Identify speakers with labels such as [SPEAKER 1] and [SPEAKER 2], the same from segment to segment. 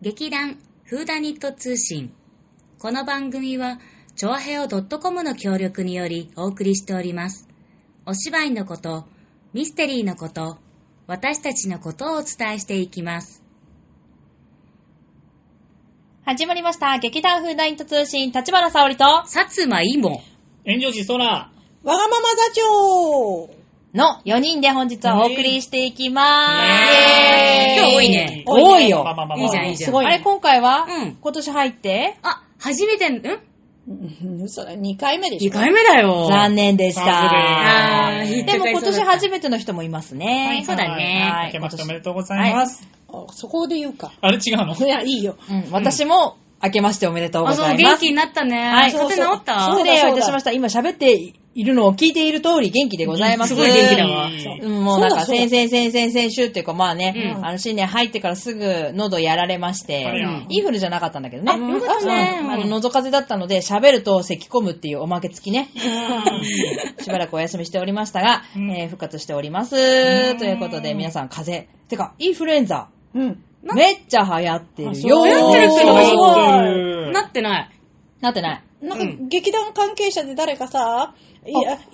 [SPEAKER 1] 劇団フーダニット通信。この番組は、チョアヘオ .com の協力によりお送りしております。お芝居のこと、ミステリーのこと、私たちのことをお伝えしていきます。
[SPEAKER 2] 始まりました。劇団風ナイント通信、立花沙織と、
[SPEAKER 1] 薩摩いも。
[SPEAKER 3] 炎上しそら。
[SPEAKER 4] わがまま座長
[SPEAKER 2] の4人で本日はお送りしていきまーす。
[SPEAKER 1] イエーイ今日多いね
[SPEAKER 4] 多いよ
[SPEAKER 3] まあまあまあ
[SPEAKER 1] いいじゃん、いいじゃん。
[SPEAKER 4] すごい
[SPEAKER 2] あれ、今回は、
[SPEAKER 1] うん
[SPEAKER 2] 今年入って
[SPEAKER 1] あ、初めて、ん
[SPEAKER 4] うんそれ2回目でし
[SPEAKER 1] ?2
[SPEAKER 4] ょ。
[SPEAKER 1] 回目だよ。
[SPEAKER 2] 残念でし
[SPEAKER 3] 残
[SPEAKER 2] た。
[SPEAKER 1] あー、引っ
[SPEAKER 2] で
[SPEAKER 1] か
[SPEAKER 2] も
[SPEAKER 1] かり
[SPEAKER 2] 今
[SPEAKER 1] そうだった
[SPEAKER 2] 年初めての人もいますね。
[SPEAKER 1] そうだね
[SPEAKER 2] はい
[SPEAKER 3] 明けましておめでとうございます。
[SPEAKER 4] あそこで言うか。
[SPEAKER 3] あれ違うの
[SPEAKER 4] いや、いいよ。
[SPEAKER 2] うん、私も、明けましておめでとうご
[SPEAKER 1] あ、そ
[SPEAKER 2] ざ
[SPEAKER 1] う、
[SPEAKER 2] いま
[SPEAKER 1] 元
[SPEAKER 2] す
[SPEAKER 1] 気。になったね。
[SPEAKER 2] はい
[SPEAKER 1] 風邪治った
[SPEAKER 4] そ
[SPEAKER 2] 失
[SPEAKER 4] うだ
[SPEAKER 2] 礼をいたしました。今喋っているのを聞いている通り元気でございま
[SPEAKER 1] す
[SPEAKER 2] す。
[SPEAKER 1] ごい元気だわ。
[SPEAKER 3] うん
[SPEAKER 2] うん、もうなんか、
[SPEAKER 4] そうだそう
[SPEAKER 2] 先
[SPEAKER 4] だ
[SPEAKER 2] 々先々先週っていうか、まあね、
[SPEAKER 1] うん
[SPEAKER 2] あの、新年入ってからすぐ喉やられまし
[SPEAKER 3] あ
[SPEAKER 2] て
[SPEAKER 3] れや、
[SPEAKER 2] インフルじゃなかったんだけどね。
[SPEAKER 1] あよかったね
[SPEAKER 2] うんあの、喉風邪だったので、喋ると咳込むっていうおまけ付きね。しばらくお休みしておりましたが、
[SPEAKER 3] うん
[SPEAKER 2] えー復活しております。
[SPEAKER 3] ん
[SPEAKER 2] ということで、皆さん風邪、てか、インフルエンザ、
[SPEAKER 4] うん。
[SPEAKER 2] めっちゃ流行ってる
[SPEAKER 4] あそう
[SPEAKER 2] よー。
[SPEAKER 1] 流行ってるってのがすご
[SPEAKER 3] ご
[SPEAKER 1] なってない。
[SPEAKER 2] なってない。
[SPEAKER 4] な
[SPEAKER 1] う
[SPEAKER 4] んか
[SPEAKER 1] ん、
[SPEAKER 4] 劇団関係者で誰かさ、いや、インフ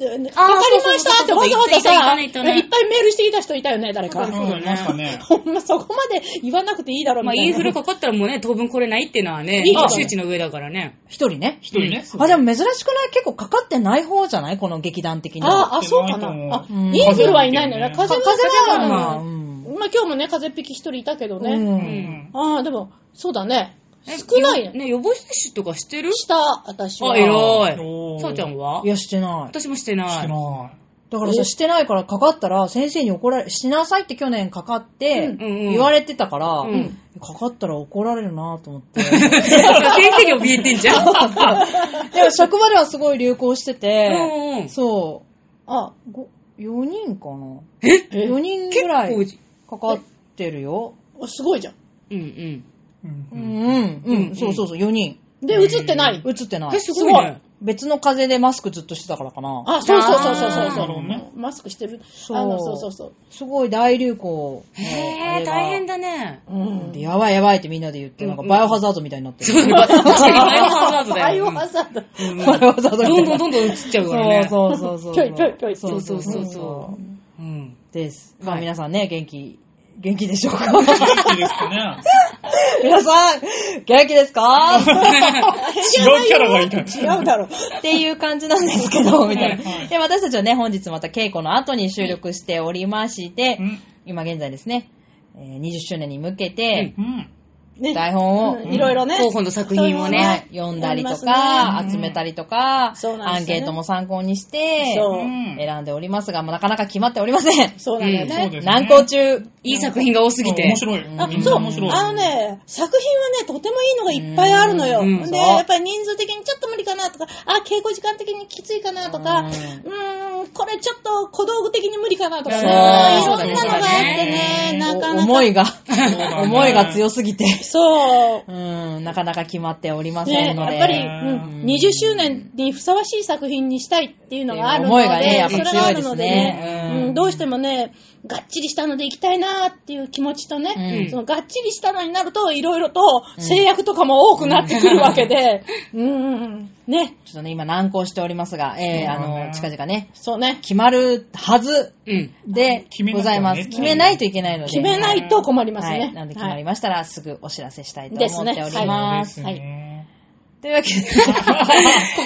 [SPEAKER 4] ルに入かかりましたって
[SPEAKER 1] あーそうそうそう
[SPEAKER 4] わざわざ
[SPEAKER 1] 行った
[SPEAKER 4] さ、
[SPEAKER 1] ね行
[SPEAKER 4] いっ
[SPEAKER 1] った
[SPEAKER 4] ぱい
[SPEAKER 1] ね
[SPEAKER 4] メールしてきた人いたよね、誰か
[SPEAKER 1] そう。
[SPEAKER 3] うん、なんかね。
[SPEAKER 4] ほんまそこまで言わなくていいだろうみ
[SPEAKER 1] まあ、
[SPEAKER 4] たいな。
[SPEAKER 1] インフルかかったらもうね、当分来れないっていうのはね、
[SPEAKER 4] いいこと
[SPEAKER 1] 周知の上だからね。
[SPEAKER 2] 一人ね。
[SPEAKER 3] 一人ね。
[SPEAKER 2] あ、でも珍しくない結構かかってない方じゃないこの劇団的には。
[SPEAKER 4] あ、あ、そうかな。あ、
[SPEAKER 2] うん
[SPEAKER 4] インフルはいないんだよね。
[SPEAKER 3] 風
[SPEAKER 4] 風
[SPEAKER 2] か
[SPEAKER 4] 邪
[SPEAKER 2] 風
[SPEAKER 4] は
[SPEAKER 2] 邪は、
[SPEAKER 4] うん
[SPEAKER 2] ん。
[SPEAKER 4] まあ今日もね、風邪っぴき一人いたけどね。
[SPEAKER 2] う
[SPEAKER 3] うんん。
[SPEAKER 4] ああ、でも、そうだね。
[SPEAKER 1] え
[SPEAKER 4] 少ないね。
[SPEAKER 1] ね、予防接種とかしてる
[SPEAKER 4] した、私は。
[SPEAKER 1] あ、偉
[SPEAKER 3] お
[SPEAKER 1] い。
[SPEAKER 3] ー
[SPEAKER 1] さおちゃんはい
[SPEAKER 2] や、してない。
[SPEAKER 1] 私もしてな
[SPEAKER 3] 少
[SPEAKER 1] い。
[SPEAKER 3] ない。
[SPEAKER 2] だからさ、
[SPEAKER 4] え
[SPEAKER 2] してないからかかったら、先生に怒られ、しなさいって去年かかって、
[SPEAKER 4] うん
[SPEAKER 1] うんうん
[SPEAKER 2] 言われてたから、
[SPEAKER 1] うん
[SPEAKER 2] かかったら怒られるなと思って。
[SPEAKER 1] 先生に怯えてんじゃん。
[SPEAKER 2] でも、職場ではすごい流行してて、
[SPEAKER 1] うんうん
[SPEAKER 2] そ
[SPEAKER 4] あ、
[SPEAKER 2] う、ご4人かな
[SPEAKER 4] え
[SPEAKER 2] ?4 人
[SPEAKER 1] 結
[SPEAKER 2] ぐら
[SPEAKER 1] 構
[SPEAKER 2] い
[SPEAKER 1] じ、
[SPEAKER 2] かかってるよ。
[SPEAKER 4] おすごいじゃん。
[SPEAKER 1] うんうん。
[SPEAKER 3] う。
[SPEAKER 2] うんん、う
[SPEAKER 1] うん
[SPEAKER 2] ん、そうそうそう、4人。
[SPEAKER 4] で、映ってない。
[SPEAKER 2] 映ってな
[SPEAKER 1] え、
[SPEAKER 2] い。
[SPEAKER 1] すごいね。
[SPEAKER 2] 別の風邪でマスクずっとしてたからかな。
[SPEAKER 4] あ、そうそうそうそうそう
[SPEAKER 3] あーなるほどね
[SPEAKER 4] マスクしてる。
[SPEAKER 2] そう
[SPEAKER 4] あの、そうそうそう。
[SPEAKER 2] すごい大流行。
[SPEAKER 1] へー、大変だ
[SPEAKER 2] だ。
[SPEAKER 1] ね。
[SPEAKER 4] うん
[SPEAKER 2] でやばいやばいってみんなで言って、なんかバイオハザードみたいになってる。
[SPEAKER 1] 確かにバイオハザード
[SPEAKER 4] バ
[SPEAKER 1] だ
[SPEAKER 4] イ
[SPEAKER 1] よ
[SPEAKER 4] オ。ハザード。
[SPEAKER 1] うんうん
[SPEAKER 2] バイオハザードみた
[SPEAKER 1] ど
[SPEAKER 2] い
[SPEAKER 1] んど
[SPEAKER 2] なん
[SPEAKER 1] どんどん映っちゃうからね。
[SPEAKER 2] そうそうそうそう。
[SPEAKER 4] ぴょいぴょいぴょい
[SPEAKER 2] そうそうそ
[SPEAKER 1] そううそうそうん。
[SPEAKER 2] う。です。まあ
[SPEAKER 1] はい
[SPEAKER 2] 皆さんね、元気、元気でしょうか
[SPEAKER 3] 元気ですかね。
[SPEAKER 2] 皆さん、元気ですか
[SPEAKER 3] 違うキャラがいた。
[SPEAKER 4] 違うだろ。
[SPEAKER 2] っていう感じなんですけど、みたい
[SPEAKER 3] はいは
[SPEAKER 2] な。
[SPEAKER 3] い
[SPEAKER 2] で、私たちはね、本日また稽古の後に収録しておりまして、
[SPEAKER 3] うん。
[SPEAKER 2] 今現在ですね、えー20周年に向けて、
[SPEAKER 3] うん。
[SPEAKER 4] ね。
[SPEAKER 2] 台本を、
[SPEAKER 4] うんいろいろね。
[SPEAKER 1] 候補の作品を
[SPEAKER 2] は
[SPEAKER 1] ね
[SPEAKER 2] い。読んだりと
[SPEAKER 4] あ
[SPEAKER 2] か、
[SPEAKER 3] りますね
[SPEAKER 2] 集めたりとか、
[SPEAKER 4] そうなん
[SPEAKER 2] ア
[SPEAKER 4] です
[SPEAKER 2] ン
[SPEAKER 4] よね
[SPEAKER 2] ケートも参考にして、
[SPEAKER 4] そう
[SPEAKER 3] うん
[SPEAKER 2] 選んでおりますが、まあなかなか決まっておりません。
[SPEAKER 4] そうなんだよ
[SPEAKER 1] うん
[SPEAKER 4] ね。
[SPEAKER 3] そうですね
[SPEAKER 2] 難航中。
[SPEAKER 1] いい作品が多すぎて
[SPEAKER 3] 面。白い。
[SPEAKER 4] あ
[SPEAKER 3] みん、な
[SPEAKER 4] そう。あ
[SPEAKER 3] 面白い。
[SPEAKER 4] のね、作品はね、とてもいいのがいっぱいあるのよ。
[SPEAKER 1] うんうん
[SPEAKER 4] で、やっぱり人数的にちょっと無理かなとか、あ、稽古時間的にきついかなとか、
[SPEAKER 2] うん
[SPEAKER 4] うーん、これちょっと小道具的に無理かなとか、
[SPEAKER 1] そう
[SPEAKER 4] いろんなのがあって
[SPEAKER 2] そうだ
[SPEAKER 4] ね、
[SPEAKER 1] ね
[SPEAKER 4] なかなか。
[SPEAKER 2] 思いが、
[SPEAKER 3] ね
[SPEAKER 2] 思いが強すぎて、
[SPEAKER 4] そう。
[SPEAKER 2] うん、なかなか決まっておりませ
[SPEAKER 4] ね、
[SPEAKER 2] んの
[SPEAKER 4] やっ
[SPEAKER 2] で。
[SPEAKER 4] ぱり、
[SPEAKER 3] うん
[SPEAKER 4] うん、20周年にふさわしい作品にしたいっていうのがあるの
[SPEAKER 2] 思
[SPEAKER 4] で、
[SPEAKER 2] いがね、やっぱ
[SPEAKER 4] それが
[SPEAKER 2] 強
[SPEAKER 4] あ
[SPEAKER 2] いで
[SPEAKER 4] るの
[SPEAKER 2] す
[SPEAKER 4] で
[SPEAKER 2] ね。
[SPEAKER 4] うんどうしてもね、がっちりしたので行きたいなっていう気持ちとね、
[SPEAKER 2] うん
[SPEAKER 4] そのがっちりしたのになると、いろいろと制約とかも多くなってくるわけで、うん、うんね、
[SPEAKER 2] ちょっとね、今難航しておりますが、えー、
[SPEAKER 3] そうだね
[SPEAKER 2] あの、近々ね、
[SPEAKER 4] そうね、
[SPEAKER 2] 決まるはず
[SPEAKER 1] うん。
[SPEAKER 2] で
[SPEAKER 3] 決めな
[SPEAKER 2] ご
[SPEAKER 3] きゃ
[SPEAKER 2] ざ
[SPEAKER 3] ね
[SPEAKER 2] います。決めないといけないので。
[SPEAKER 4] 決めないと困ります
[SPEAKER 2] はい。
[SPEAKER 4] ね。
[SPEAKER 2] なんで決まりましたら、すぐお知らせしたいと
[SPEAKER 4] です
[SPEAKER 2] 思
[SPEAKER 4] ね
[SPEAKER 2] っております。
[SPEAKER 3] そうですね。
[SPEAKER 2] というわけで、
[SPEAKER 1] こ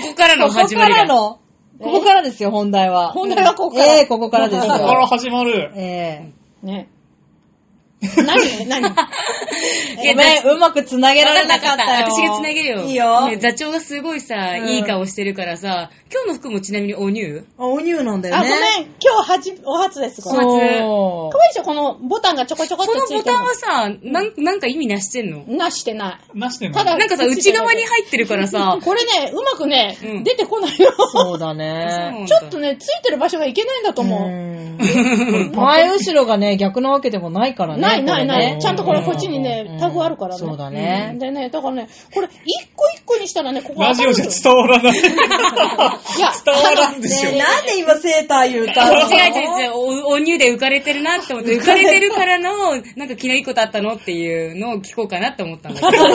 [SPEAKER 1] こからの
[SPEAKER 2] ここ
[SPEAKER 1] 始
[SPEAKER 2] か
[SPEAKER 1] まり
[SPEAKER 2] ら
[SPEAKER 1] だ。
[SPEAKER 2] の、ここからですよ、本題は。
[SPEAKER 4] 本題はここから
[SPEAKER 2] ええここからです
[SPEAKER 3] ここから
[SPEAKER 2] よ。
[SPEAKER 3] 始まる。
[SPEAKER 2] え
[SPEAKER 4] ね。何 何
[SPEAKER 2] えごめん、うまくつなげられなかったよ。
[SPEAKER 1] 私が繋げるよ。
[SPEAKER 2] いいよ。
[SPEAKER 1] ね座長がすごいさ、
[SPEAKER 2] うん
[SPEAKER 1] いい顔してるからさ、今日の服もちなみにお乳
[SPEAKER 2] あお乳なんだよ
[SPEAKER 4] あ、ご
[SPEAKER 2] ね。
[SPEAKER 4] めん。今日はじ、お初です、これ。かわ
[SPEAKER 2] そう。
[SPEAKER 4] いいでしょこのボタンがちょこちょこっ
[SPEAKER 1] そ
[SPEAKER 4] と
[SPEAKER 1] の
[SPEAKER 4] つい
[SPEAKER 1] ボ
[SPEAKER 4] てる
[SPEAKER 1] タンはさ、なんなんか意味なしてんの
[SPEAKER 4] の。なしてない。
[SPEAKER 3] なしてんの
[SPEAKER 4] た だ
[SPEAKER 1] なんかさ、内側に入ってるから さ、
[SPEAKER 4] これね、うまくね、
[SPEAKER 1] うん
[SPEAKER 4] 出てこない
[SPEAKER 2] そう
[SPEAKER 4] よ。
[SPEAKER 2] だ
[SPEAKER 1] そ うなん
[SPEAKER 2] ね。
[SPEAKER 1] だ
[SPEAKER 4] ちょっとね、ついてる場所がいけないんだと思う。
[SPEAKER 2] うんうん。前後ろがね、逆なわけでもないからね。
[SPEAKER 4] ないない
[SPEAKER 2] こ
[SPEAKER 4] な
[SPEAKER 2] れ
[SPEAKER 4] い。
[SPEAKER 2] ね
[SPEAKER 4] ちゃんとこれこっちに
[SPEAKER 2] う
[SPEAKER 4] ね
[SPEAKER 2] ん、
[SPEAKER 4] タグあるからね。
[SPEAKER 2] そうだね
[SPEAKER 4] うんでね、だからね、これ一個一個にしたらね、ここ
[SPEAKER 3] ラジオじゃ伝わらない。
[SPEAKER 4] い や、
[SPEAKER 3] 伝わらんでしょ。
[SPEAKER 5] なんで今セーター言うたの
[SPEAKER 1] 違う違う違う、 お、お乳で浮かれてるなって思って、浮かれてるからの、なんか昨日いいことあったのっていうのを聞こうかなって思ったんだけど。
[SPEAKER 2] ネ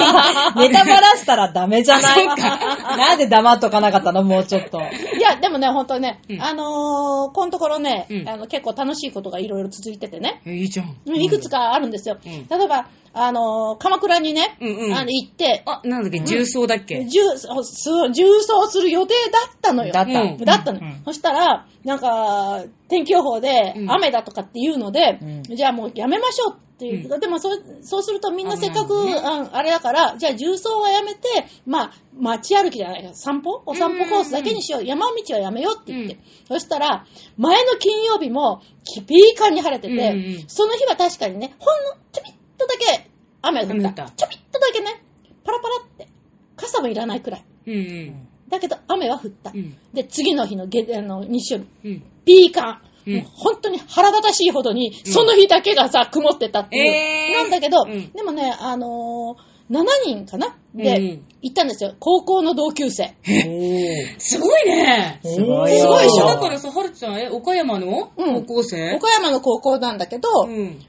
[SPEAKER 2] タバラしたらダメじゃないなんで黙っとかなかったのもうちょっと。
[SPEAKER 4] いや、でもね、ほんとね
[SPEAKER 1] う、ん
[SPEAKER 4] あのー、このところね
[SPEAKER 1] う、ん
[SPEAKER 4] あの結構楽しいことがいろいろ続いててね、
[SPEAKER 1] え いいじゃん。
[SPEAKER 4] いくつかあるんですよ。
[SPEAKER 1] うん
[SPEAKER 4] 例えば、あのー、鎌倉にね、
[SPEAKER 1] うんうん
[SPEAKER 4] あの行って、
[SPEAKER 1] あ、なんだっけ、重曹だっけ
[SPEAKER 4] 重そうそう重装する予定だったのよ。
[SPEAKER 2] だった。
[SPEAKER 1] うん
[SPEAKER 4] だったの、
[SPEAKER 3] うん
[SPEAKER 4] そしたら、なんか、天気予報で
[SPEAKER 1] う、ん
[SPEAKER 4] 雨だとかっていうので、
[SPEAKER 2] うん
[SPEAKER 4] じゃあもうやめましょうっていう。でもそう、そうするとみんなせっかく、
[SPEAKER 1] 危な
[SPEAKER 4] ああれだから、じゃあ重曹はやめて、まあ、街歩きじゃないけど散歩お散歩コースだけにしよう。山道はやめようって言って。
[SPEAKER 1] うん
[SPEAKER 4] そしたら、前の金曜日も、キピーカンに晴れてて、
[SPEAKER 1] うんうん
[SPEAKER 4] その日は確かにね、ほんのちょびっとだけ雨が降
[SPEAKER 1] 雨降
[SPEAKER 4] っ
[SPEAKER 1] った
[SPEAKER 4] た。ちょびっとだけね、パラパラって。傘もいらないくらい。
[SPEAKER 1] うんうん。
[SPEAKER 4] だけど雨は降った。
[SPEAKER 1] うん。
[SPEAKER 4] で、次の日のげあの日曜日、
[SPEAKER 1] うん。
[SPEAKER 4] ピーカン。
[SPEAKER 1] うん
[SPEAKER 4] もう本当に腹立たしいほどに、
[SPEAKER 1] うん
[SPEAKER 4] その日だけがさ、曇ってたっていう。
[SPEAKER 1] えー
[SPEAKER 4] なんだけど、
[SPEAKER 1] うん
[SPEAKER 4] でもね、あのー7人かな
[SPEAKER 1] う
[SPEAKER 4] で、
[SPEAKER 1] ん
[SPEAKER 4] 行ったんですよ。高校の同級生。
[SPEAKER 1] すごいね
[SPEAKER 2] すごいよ。
[SPEAKER 4] すごいでしょ
[SPEAKER 1] だからさ、はるちゃん、え、岡山の
[SPEAKER 4] う
[SPEAKER 1] 高
[SPEAKER 4] ん
[SPEAKER 1] 校生
[SPEAKER 4] 岡山の高校なんだけど、
[SPEAKER 1] うん。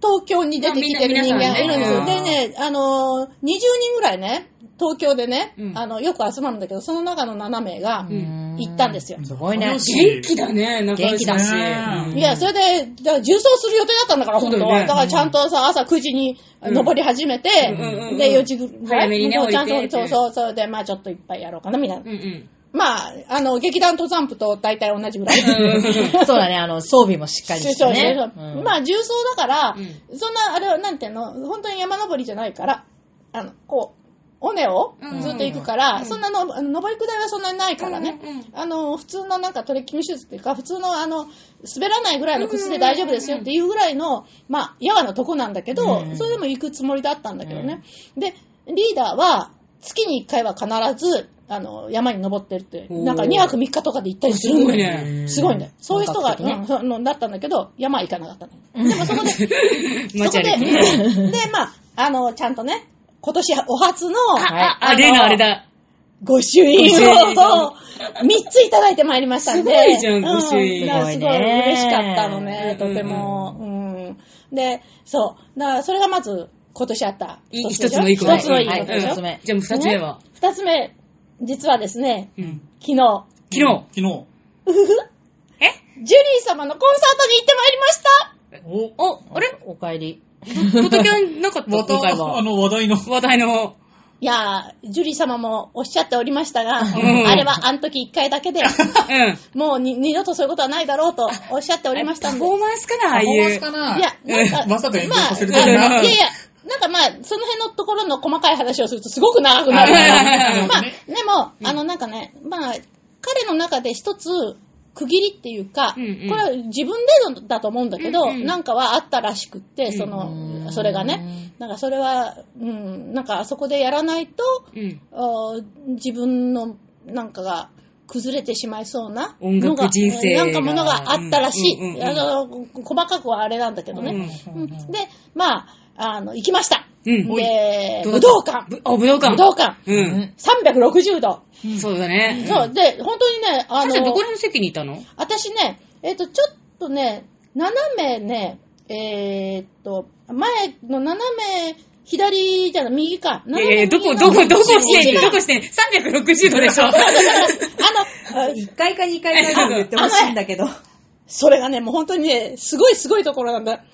[SPEAKER 4] 東京に出てきてる人間がいるんですよ。
[SPEAKER 1] まあみ
[SPEAKER 4] で
[SPEAKER 1] んな
[SPEAKER 4] ね、あのー、20人ぐらいね、東京でね、
[SPEAKER 1] うん
[SPEAKER 4] あの、よく集まるんだけど、その中の7名が
[SPEAKER 1] う、
[SPEAKER 2] うん
[SPEAKER 4] 行ったんですよ。
[SPEAKER 2] すごいね
[SPEAKER 3] 楽。しい
[SPEAKER 1] 元気だね、仲良しだし。
[SPEAKER 3] 元気だね
[SPEAKER 4] いや、それで、だから重装する予定だったんだから、
[SPEAKER 1] そう
[SPEAKER 4] 本
[SPEAKER 1] だ
[SPEAKER 4] 当
[SPEAKER 1] よね
[SPEAKER 4] は。だからちゃんとさ、朝9時に
[SPEAKER 1] うん
[SPEAKER 4] 登り始めて
[SPEAKER 1] うんうんうん、
[SPEAKER 4] で、4時ぐら
[SPEAKER 1] 早
[SPEAKER 4] い。
[SPEAKER 1] めにね
[SPEAKER 4] もうちゃん
[SPEAKER 1] 置いて
[SPEAKER 4] と、
[SPEAKER 1] ってい
[SPEAKER 4] そううそう、それで、まあちょっといっぱいやろうかな、みたい
[SPEAKER 1] うん
[SPEAKER 4] な。
[SPEAKER 1] うん。
[SPEAKER 4] まあ、あの、劇団登山部と大体同じぐらい。
[SPEAKER 2] そうだね、あの、装備もしっかりして
[SPEAKER 4] そう
[SPEAKER 2] ね
[SPEAKER 4] そう。そうま
[SPEAKER 2] あ、
[SPEAKER 4] あ、重装だから
[SPEAKER 1] う、
[SPEAKER 4] そんな、あれは、なんていうの、本当に山登りじゃないから、あの、こう、尾根を
[SPEAKER 1] うん
[SPEAKER 4] ずっと行く
[SPEAKER 1] う
[SPEAKER 4] か
[SPEAKER 1] ん
[SPEAKER 4] ら、そんなの、あの登り下りはそんなにないから
[SPEAKER 1] うんうんうん
[SPEAKER 4] ね、あの、普通のなんかトレッキングシューズっていうか、普通のあの、滑らないぐらいの靴で大丈夫ですよっていうぐらいの、まあ、やわなとこなんだけ
[SPEAKER 2] う
[SPEAKER 4] ど
[SPEAKER 2] ん、
[SPEAKER 4] それでも行くつもりだったんだけどね。で、リーダーは、月に1回は必ず、あの、山に登ってるって、
[SPEAKER 1] おー
[SPEAKER 4] なんか2泊3日とかで行ったりするん
[SPEAKER 1] すごい
[SPEAKER 4] だよ
[SPEAKER 1] ね
[SPEAKER 2] うん
[SPEAKER 4] すごいんだよ。そういう人が、
[SPEAKER 2] 本格的ね
[SPEAKER 4] うんそのだったんだけど、山は行かなかったの。でもそこ で、そこ
[SPEAKER 1] マチャ
[SPEAKER 4] で、
[SPEAKER 1] リ。
[SPEAKER 4] で、まあ、あの、ちゃんとね、今年お初の
[SPEAKER 1] あ、あ、あ、
[SPEAKER 4] の
[SPEAKER 1] 例のあれだ。
[SPEAKER 4] ご朱印を、3ついただいてまいりましたんで。
[SPEAKER 1] すごいじゃん
[SPEAKER 4] う
[SPEAKER 1] 御朱印
[SPEAKER 4] だからすごい嬉しかったのね、
[SPEAKER 1] すごい
[SPEAKER 4] と
[SPEAKER 1] ね
[SPEAKER 4] ても。うん。で、そう。だからそれがまず、今年あった
[SPEAKER 1] い
[SPEAKER 4] で
[SPEAKER 1] 一
[SPEAKER 4] し
[SPEAKER 1] つ
[SPEAKER 4] ょ
[SPEAKER 1] のいいこと。
[SPEAKER 4] 一つのいい
[SPEAKER 2] は
[SPEAKER 4] こ
[SPEAKER 2] い
[SPEAKER 4] とでし
[SPEAKER 2] 一
[SPEAKER 4] ょ
[SPEAKER 2] つ。目
[SPEAKER 1] じゃあもう二つ目は。
[SPEAKER 4] 二つ目、実はですね、
[SPEAKER 1] うん。
[SPEAKER 4] 昨日、
[SPEAKER 1] 昨日。
[SPEAKER 3] 昨日。
[SPEAKER 1] え
[SPEAKER 4] ジュリー様のコンサートに行ってまいりました
[SPEAKER 3] お、
[SPEAKER 1] お、あれ
[SPEAKER 2] お帰り。
[SPEAKER 1] ポトキャンなかった
[SPEAKER 3] ま
[SPEAKER 1] 今回
[SPEAKER 3] た、あ
[SPEAKER 1] は。
[SPEAKER 3] の話題の。
[SPEAKER 1] 話題の。
[SPEAKER 4] いやー、ジュリー様もおっしゃっておりましたが、
[SPEAKER 1] ん
[SPEAKER 4] あれはあの時一回だ けで、
[SPEAKER 1] うん。
[SPEAKER 4] もうに二度とそういうことはないだろうとおっしゃっておりました
[SPEAKER 1] パ
[SPEAKER 4] んで。
[SPEAKER 1] フォーマンスかな、ああい
[SPEAKER 3] パフォーマン
[SPEAKER 1] う
[SPEAKER 3] ス。かない
[SPEAKER 4] や、なんか、
[SPEAKER 3] まさか延長させる
[SPEAKER 4] ま
[SPEAKER 3] と
[SPEAKER 4] あ
[SPEAKER 3] はな
[SPEAKER 4] あのいやいや、なんかまあ、その辺のところの細かい話をするとすごく長くなる。
[SPEAKER 3] あ
[SPEAKER 4] まあ、
[SPEAKER 3] の
[SPEAKER 4] で
[SPEAKER 3] ね
[SPEAKER 4] も、あのなんかね、まあ、彼の中で一つ、区切りっていうか、
[SPEAKER 1] うんうん
[SPEAKER 4] これは自分でだと思うんだけど、
[SPEAKER 1] うんうん
[SPEAKER 4] なんかはあったらしくって、そ
[SPEAKER 2] うん
[SPEAKER 4] の、それがね。なんかそれは、うん、なんかあそこでやらないと、
[SPEAKER 1] うん。
[SPEAKER 4] あー自分のなんかが崩れてしまいそうな
[SPEAKER 1] 音楽
[SPEAKER 4] のが
[SPEAKER 1] 人生が
[SPEAKER 4] なんかものがあったらしい、
[SPEAKER 1] うんうんうん
[SPEAKER 4] あの細かくはあれなんだけどね、うんでまああの行きました、
[SPEAKER 1] うん
[SPEAKER 4] で
[SPEAKER 1] どうだ
[SPEAKER 4] 武道館
[SPEAKER 1] ぶあ、武道館。
[SPEAKER 4] 武道館
[SPEAKER 1] う
[SPEAKER 2] うん
[SPEAKER 1] ん。
[SPEAKER 4] 360度、
[SPEAKER 1] そうだね。
[SPEAKER 4] そうで本当にねあ
[SPEAKER 1] あ
[SPEAKER 4] の
[SPEAKER 1] の、どこらの席にいたの
[SPEAKER 4] 私ねえっ、とちょっとね斜めねえっと前の斜め左じゃない右か
[SPEAKER 1] いや
[SPEAKER 4] 斜
[SPEAKER 1] い
[SPEAKER 4] め
[SPEAKER 1] や、ど
[SPEAKER 4] 右
[SPEAKER 1] こ、
[SPEAKER 4] の
[SPEAKER 1] どこ、どこして
[SPEAKER 4] 一
[SPEAKER 1] ん
[SPEAKER 4] 番
[SPEAKER 1] どこしてん ?360 度でしょ
[SPEAKER 4] あの、
[SPEAKER 5] 一回か二回か言ってほしいんだけど。
[SPEAKER 4] それがね、もう本当にね、すごいすごいところなんだ。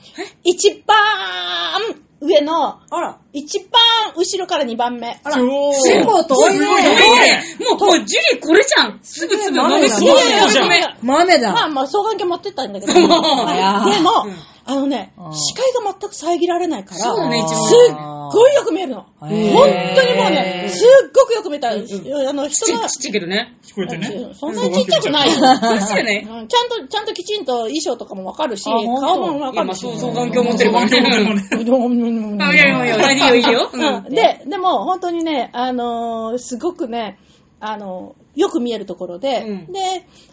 [SPEAKER 4] 一番上の、
[SPEAKER 5] あら。
[SPEAKER 4] 一番後ろから二番目。
[SPEAKER 5] あら。
[SPEAKER 3] おー
[SPEAKER 5] 結構遠い
[SPEAKER 1] すごい
[SPEAKER 5] ね。
[SPEAKER 1] ねもう、もう、ジュリーこれじゃんすぐす
[SPEAKER 5] す
[SPEAKER 1] ぐ
[SPEAKER 5] ごい
[SPEAKER 1] 飲み
[SPEAKER 5] す
[SPEAKER 1] す
[SPEAKER 5] ご
[SPEAKER 1] ぎ
[SPEAKER 5] い
[SPEAKER 1] る
[SPEAKER 5] ね
[SPEAKER 1] ごめん。
[SPEAKER 2] 豆だ。
[SPEAKER 4] まあまあ、双眼鏡持ってったんだ けど。
[SPEAKER 1] そ
[SPEAKER 4] で
[SPEAKER 1] う
[SPEAKER 4] も、
[SPEAKER 2] や
[SPEAKER 4] あのね
[SPEAKER 2] うん、
[SPEAKER 4] 視界が全く遮られないから、
[SPEAKER 1] そうだね一番
[SPEAKER 4] すっごいよく見えるの。
[SPEAKER 2] へ
[SPEAKER 4] 本当に
[SPEAKER 2] ー
[SPEAKER 4] もうね、すっごくよく見えた。あの、人
[SPEAKER 1] ち
[SPEAKER 4] の
[SPEAKER 1] っ、ちゃいけどね。
[SPEAKER 3] 聞こえてね。
[SPEAKER 4] そんなにちっちゃくないよ。
[SPEAKER 1] これじゃね。
[SPEAKER 4] うんちゃんと、ちゃんときちんと衣装とかもわかるし、
[SPEAKER 2] あ本当
[SPEAKER 4] 顔もわ
[SPEAKER 1] い
[SPEAKER 4] か
[SPEAKER 1] や、ま
[SPEAKER 4] る
[SPEAKER 1] あ、
[SPEAKER 4] し。
[SPEAKER 1] そう双眼鏡持ってるから
[SPEAKER 3] 今日も
[SPEAKER 1] ね。
[SPEAKER 3] ね。
[SPEAKER 1] あ、いやいやいや、いいよいいよ。
[SPEAKER 4] うんで、でも本当にね、あのーすごくね、あのーよく見えるところで、
[SPEAKER 2] うん
[SPEAKER 4] で、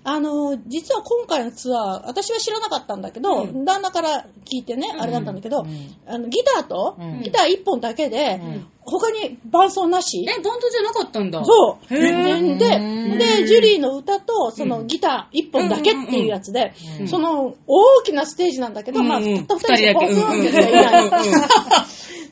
[SPEAKER 4] あの、実は今回のツアー、私は知らなかったんだけど、
[SPEAKER 2] うん
[SPEAKER 4] 旦那から聞いてね、あれだったんだけ
[SPEAKER 2] う
[SPEAKER 4] ど、
[SPEAKER 2] ん
[SPEAKER 4] あのギターと、
[SPEAKER 2] うん
[SPEAKER 4] ギター1本だけで、
[SPEAKER 2] うん
[SPEAKER 4] 他に伴奏なし、
[SPEAKER 1] え、バンドじゃなかったんだ。
[SPEAKER 4] そう。
[SPEAKER 1] へ
[SPEAKER 4] で
[SPEAKER 1] ー
[SPEAKER 2] うん
[SPEAKER 4] で、ジュリーの歌と、そうの
[SPEAKER 1] ん
[SPEAKER 4] ギター1本だけっていうやつで、
[SPEAKER 2] うん
[SPEAKER 4] その大きなステージなんだけど、まあ、
[SPEAKER 1] うん
[SPEAKER 4] た
[SPEAKER 1] う
[SPEAKER 4] った
[SPEAKER 1] ん
[SPEAKER 4] 2人でポ
[SPEAKER 1] うんうん
[SPEAKER 4] ン
[SPEAKER 1] う
[SPEAKER 4] っ
[SPEAKER 1] ん
[SPEAKER 4] ていない。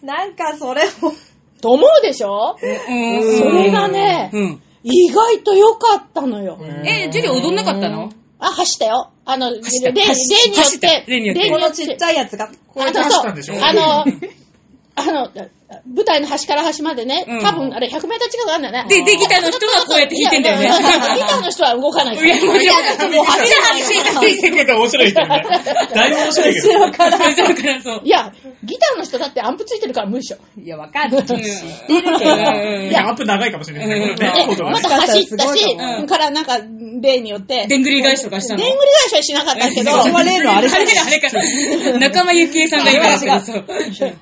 [SPEAKER 5] なんかそれも、
[SPEAKER 4] と思うでしょ
[SPEAKER 1] うん
[SPEAKER 4] それがね
[SPEAKER 1] うん
[SPEAKER 4] 意外と良かったのよ。
[SPEAKER 1] え、ジュリー踊んなかったの
[SPEAKER 4] あ、走ったよ。あの、例に
[SPEAKER 1] た
[SPEAKER 4] 例によっ
[SPEAKER 1] 走った
[SPEAKER 4] て、
[SPEAKER 1] 例によって
[SPEAKER 5] このちっちゃいやつが、
[SPEAKER 3] これ出したんでしょ
[SPEAKER 4] あの、そうあの、あの、舞台の端から端までね
[SPEAKER 1] うん、
[SPEAKER 4] 多分あれ100メーター近くあるんだよね。
[SPEAKER 1] で、できたの人がこうやって弾いてんだよね。
[SPEAKER 4] いやいやいやギターの人は動かないから。
[SPEAKER 1] いやもちろん
[SPEAKER 4] ギターの人も走らないから
[SPEAKER 3] 見てくれたら面白い人みたいな。だいぶ面白いけど。
[SPEAKER 1] そうだからそう。
[SPEAKER 4] いや、ギターの人だってアンプついてるから無理でしょ。
[SPEAKER 2] いや、わかる。
[SPEAKER 1] うんうん
[SPEAKER 3] いや、アップ長いかもしれないけ
[SPEAKER 1] う
[SPEAKER 3] ど
[SPEAKER 1] ん
[SPEAKER 3] ね。コードは
[SPEAKER 4] ま
[SPEAKER 3] ね
[SPEAKER 4] た走った
[SPEAKER 5] すご
[SPEAKER 4] し
[SPEAKER 5] い、
[SPEAKER 1] と思う
[SPEAKER 4] うんからなんか、例によって、で
[SPEAKER 1] でんぐり返しとかした
[SPEAKER 4] ん
[SPEAKER 1] の
[SPEAKER 4] ぐり返しはしなかったけど、
[SPEAKER 5] それは例のあれ
[SPEAKER 1] あれからあれから。仲間由紀恵さんが今やってる。そう。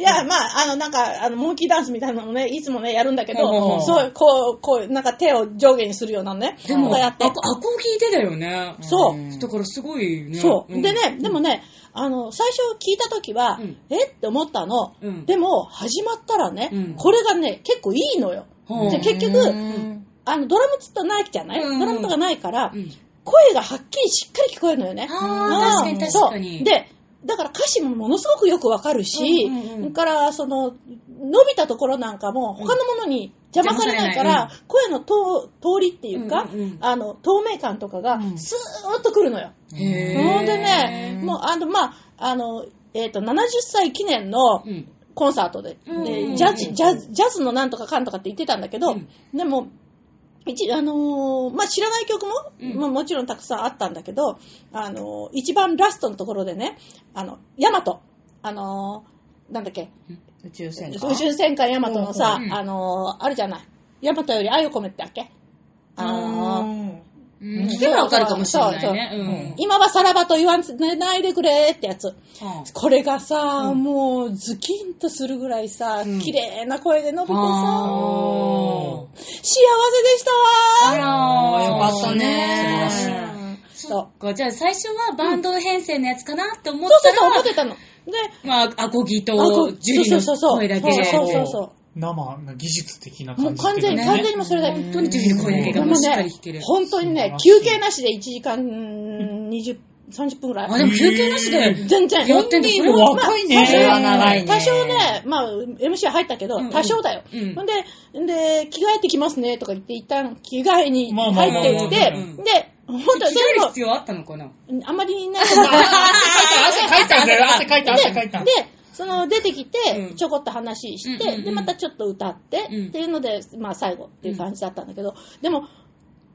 [SPEAKER 4] いや、まあ、あの、なんか、あの、モンキーダンスみたいなのね、いつもね、やるんだけ
[SPEAKER 1] うん
[SPEAKER 4] ど、そう、こう、こう、なんか手を上下にするようなね、
[SPEAKER 1] でも、
[SPEAKER 4] こうや
[SPEAKER 1] ア
[SPEAKER 4] っ
[SPEAKER 1] コ
[SPEAKER 4] て
[SPEAKER 1] ア。コを聞いてたよね。
[SPEAKER 4] そうう。
[SPEAKER 2] ん
[SPEAKER 1] だからすごいね。
[SPEAKER 4] そう。
[SPEAKER 1] ん
[SPEAKER 4] で。ね、でもね、あの、最初聞いたときは、
[SPEAKER 1] うん
[SPEAKER 4] えって思ったの。
[SPEAKER 1] うん
[SPEAKER 4] でも、始まったらね、
[SPEAKER 1] うん
[SPEAKER 4] これがね、結構いいのよ。
[SPEAKER 1] はあ
[SPEAKER 4] じゃあ結局
[SPEAKER 2] うん
[SPEAKER 4] あの、ドラムつったないじゃない、
[SPEAKER 1] うんうん
[SPEAKER 4] ドラムとかないから、
[SPEAKER 1] うん
[SPEAKER 4] 声がはっきりしっかり聞こえるのよね。
[SPEAKER 1] ああ、確かに
[SPEAKER 4] そう
[SPEAKER 1] 確かに。
[SPEAKER 4] で、だから歌詞もものすごくよくわかるし、
[SPEAKER 1] う
[SPEAKER 4] そ
[SPEAKER 1] んうんうん
[SPEAKER 4] れから、その、伸びたところなんかも他のものに邪魔されないから、
[SPEAKER 1] 邪魔
[SPEAKER 4] 声の通通りっていうか、
[SPEAKER 1] うんうんうん
[SPEAKER 4] あの、透明感とかが
[SPEAKER 2] ん
[SPEAKER 4] スーッとくるのよ。
[SPEAKER 1] へー
[SPEAKER 4] ほんでね、もう、あの、まあ、あの、えっ、と、70歳記念の
[SPEAKER 1] うん
[SPEAKER 4] コンサートで、
[SPEAKER 1] うん
[SPEAKER 4] で
[SPEAKER 1] うん
[SPEAKER 4] ジャズ、ジャズ、ジャズのなんとかかんとかって言ってたんだけど、
[SPEAKER 1] うん
[SPEAKER 4] でも、一、あのーまあ、知らない曲も、
[SPEAKER 1] うん
[SPEAKER 4] まあもちろんたくさんあったんだけど、あのー一番ラストのところでね、あの、ヤマト、あのーなんだっけ、
[SPEAKER 2] 宇宙船か。
[SPEAKER 4] 宇宙戦艦ヤマトのさ、
[SPEAKER 1] うんうん
[SPEAKER 4] あのーあるじゃない。ヤマトより愛を込めてだっけあのー
[SPEAKER 1] うん聞けばわかるかもしれないね。うん
[SPEAKER 4] 今はさらばと言わないでくれってやつ。
[SPEAKER 1] はあ
[SPEAKER 4] これがさ、もうズキンとするぐらいさ、
[SPEAKER 1] うん
[SPEAKER 4] 綺麗な声で伸びてさ、
[SPEAKER 1] あ
[SPEAKER 4] 幸せでしたわー
[SPEAKER 1] ら
[SPEAKER 2] よかった
[SPEAKER 1] ね
[SPEAKER 2] ね。
[SPEAKER 1] 素晴らしい
[SPEAKER 4] そ
[SPEAKER 1] そうっか、じゃあ最初はバンド編成のやつかなって思っ
[SPEAKER 4] そうそ
[SPEAKER 1] た
[SPEAKER 4] うそう、思っ
[SPEAKER 1] ら、
[SPEAKER 4] てたの。で、
[SPEAKER 1] まあ、アコギ
[SPEAKER 4] あこと
[SPEAKER 1] ジュリの声だけで。
[SPEAKER 4] そうそうそう
[SPEAKER 3] 生な技術的な
[SPEAKER 4] そう。も
[SPEAKER 3] 感
[SPEAKER 4] う
[SPEAKER 3] じ。
[SPEAKER 4] 完全に、
[SPEAKER 1] ね
[SPEAKER 4] 完全にもうそれだけ。
[SPEAKER 1] 本当にジュリの声だけ
[SPEAKER 4] で
[SPEAKER 1] が
[SPEAKER 4] も
[SPEAKER 1] もうしっかり
[SPEAKER 4] ね
[SPEAKER 1] 弾ける、。
[SPEAKER 4] 本当にね、休憩なしで1時間20、30分ぐらい。
[SPEAKER 1] あ、でも休憩なしで。
[SPEAKER 4] 全然。
[SPEAKER 1] やってんだそれは若いね
[SPEAKER 4] まあ
[SPEAKER 2] それは長いね
[SPEAKER 4] 多少ね、まあ、MC 入ったけど
[SPEAKER 1] うんうん、
[SPEAKER 4] 多少だよ。
[SPEAKER 1] うん
[SPEAKER 4] ほんで、んで、着替えてきますね、とか言って、一旦着替えに
[SPEAKER 3] まあまあ
[SPEAKER 4] 入
[SPEAKER 3] ま
[SPEAKER 1] あ
[SPEAKER 4] ってきて、
[SPEAKER 1] うんうん
[SPEAKER 4] で、本
[SPEAKER 1] 本
[SPEAKER 4] 当
[SPEAKER 1] 当
[SPEAKER 4] に、
[SPEAKER 1] に
[SPEAKER 4] で
[SPEAKER 1] る
[SPEAKER 4] も
[SPEAKER 1] 必要あったのかな
[SPEAKER 4] あんまりい ない。
[SPEAKER 3] 汗かいたんだよ、汗かいた、汗かいた。
[SPEAKER 4] で、その出てき
[SPEAKER 1] う
[SPEAKER 4] て
[SPEAKER 1] ん、
[SPEAKER 4] ちょこっと話し
[SPEAKER 1] うんうんう
[SPEAKER 4] て、
[SPEAKER 1] ん
[SPEAKER 4] で、またちょっと歌って、
[SPEAKER 1] うん
[SPEAKER 4] っていうので、まあ最後っていう感じだったんだけど、でも、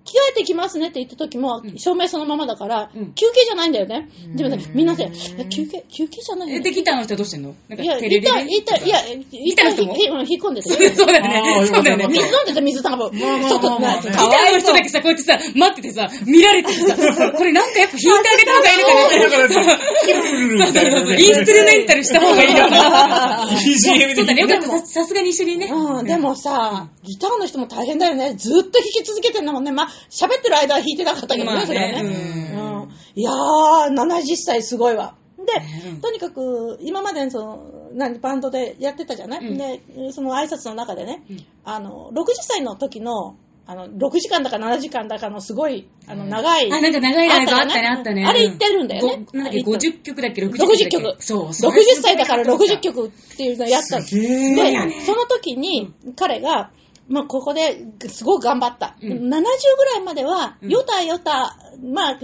[SPEAKER 4] 着替えてきますねって言った時も
[SPEAKER 1] うん、
[SPEAKER 4] 照明そのままだから
[SPEAKER 1] うん、
[SPEAKER 4] 休憩じゃないんだよね。
[SPEAKER 2] ん
[SPEAKER 4] でもね、みんなで、え休憩、休憩じゃないよ
[SPEAKER 1] え、
[SPEAKER 4] ね
[SPEAKER 1] で、ギターの人はどうしてんのなん
[SPEAKER 4] い
[SPEAKER 1] か
[SPEAKER 4] や、
[SPEAKER 1] テレ
[SPEAKER 4] い
[SPEAKER 1] ビ
[SPEAKER 4] た、いた、いや、いた、
[SPEAKER 1] いた人も
[SPEAKER 4] ひうん引っ込んでて。
[SPEAKER 1] そうそうだよ
[SPEAKER 3] あ
[SPEAKER 1] ね。
[SPEAKER 3] ー
[SPEAKER 1] そうだよね。
[SPEAKER 4] 水飲んでた、水多分。
[SPEAKER 3] まあまあ
[SPEAKER 4] ちょっと
[SPEAKER 3] まあま
[SPEAKER 4] な
[SPEAKER 3] あね
[SPEAKER 1] ギターの人だけさ、こうやってさ、待っててさ、見られてて さ、これなんかやっぱ弾いてあげた方がいいのかなって。
[SPEAKER 3] ヒルルルみたいなね。
[SPEAKER 1] インストゥルメンタルした方がいいの かな。
[SPEAKER 3] BGM
[SPEAKER 1] そうだね。
[SPEAKER 3] で。
[SPEAKER 1] よかった。ささすがに一緒にね。
[SPEAKER 4] うん、でもさ、ギターの人も大変だよね。ずっと弾き続けてんだもんね。まあ、喋ってる間は弾いてなかったけど
[SPEAKER 1] まあね
[SPEAKER 4] ね、それはね。
[SPEAKER 2] う
[SPEAKER 4] うんいやー、70歳すごいわ。
[SPEAKER 1] う
[SPEAKER 4] で
[SPEAKER 1] ん、
[SPEAKER 4] とにかく、今までその、何、バンドでやってたじゃない、
[SPEAKER 1] うん
[SPEAKER 4] で、その挨拶の中でね、
[SPEAKER 1] うん
[SPEAKER 4] あの、60歳の時の、あの、6時間だか7時間だかのすごい、あの、長い、
[SPEAKER 1] あ、なんか長いライブあったね、あったね。
[SPEAKER 4] あれ言ってるんだよね
[SPEAKER 1] ごなんだっけ、50曲だっけ、60曲だっけ。
[SPEAKER 4] 60曲。
[SPEAKER 1] そう、それ
[SPEAKER 4] 60歳だから60。曲っていうのをやったの。
[SPEAKER 3] すげ
[SPEAKER 4] で
[SPEAKER 3] ー。、
[SPEAKER 4] その時に彼が、まあ、ここですごく頑張った。
[SPEAKER 1] うん
[SPEAKER 4] 70ぐらいまでは、
[SPEAKER 1] うん
[SPEAKER 4] よたよた、まあ、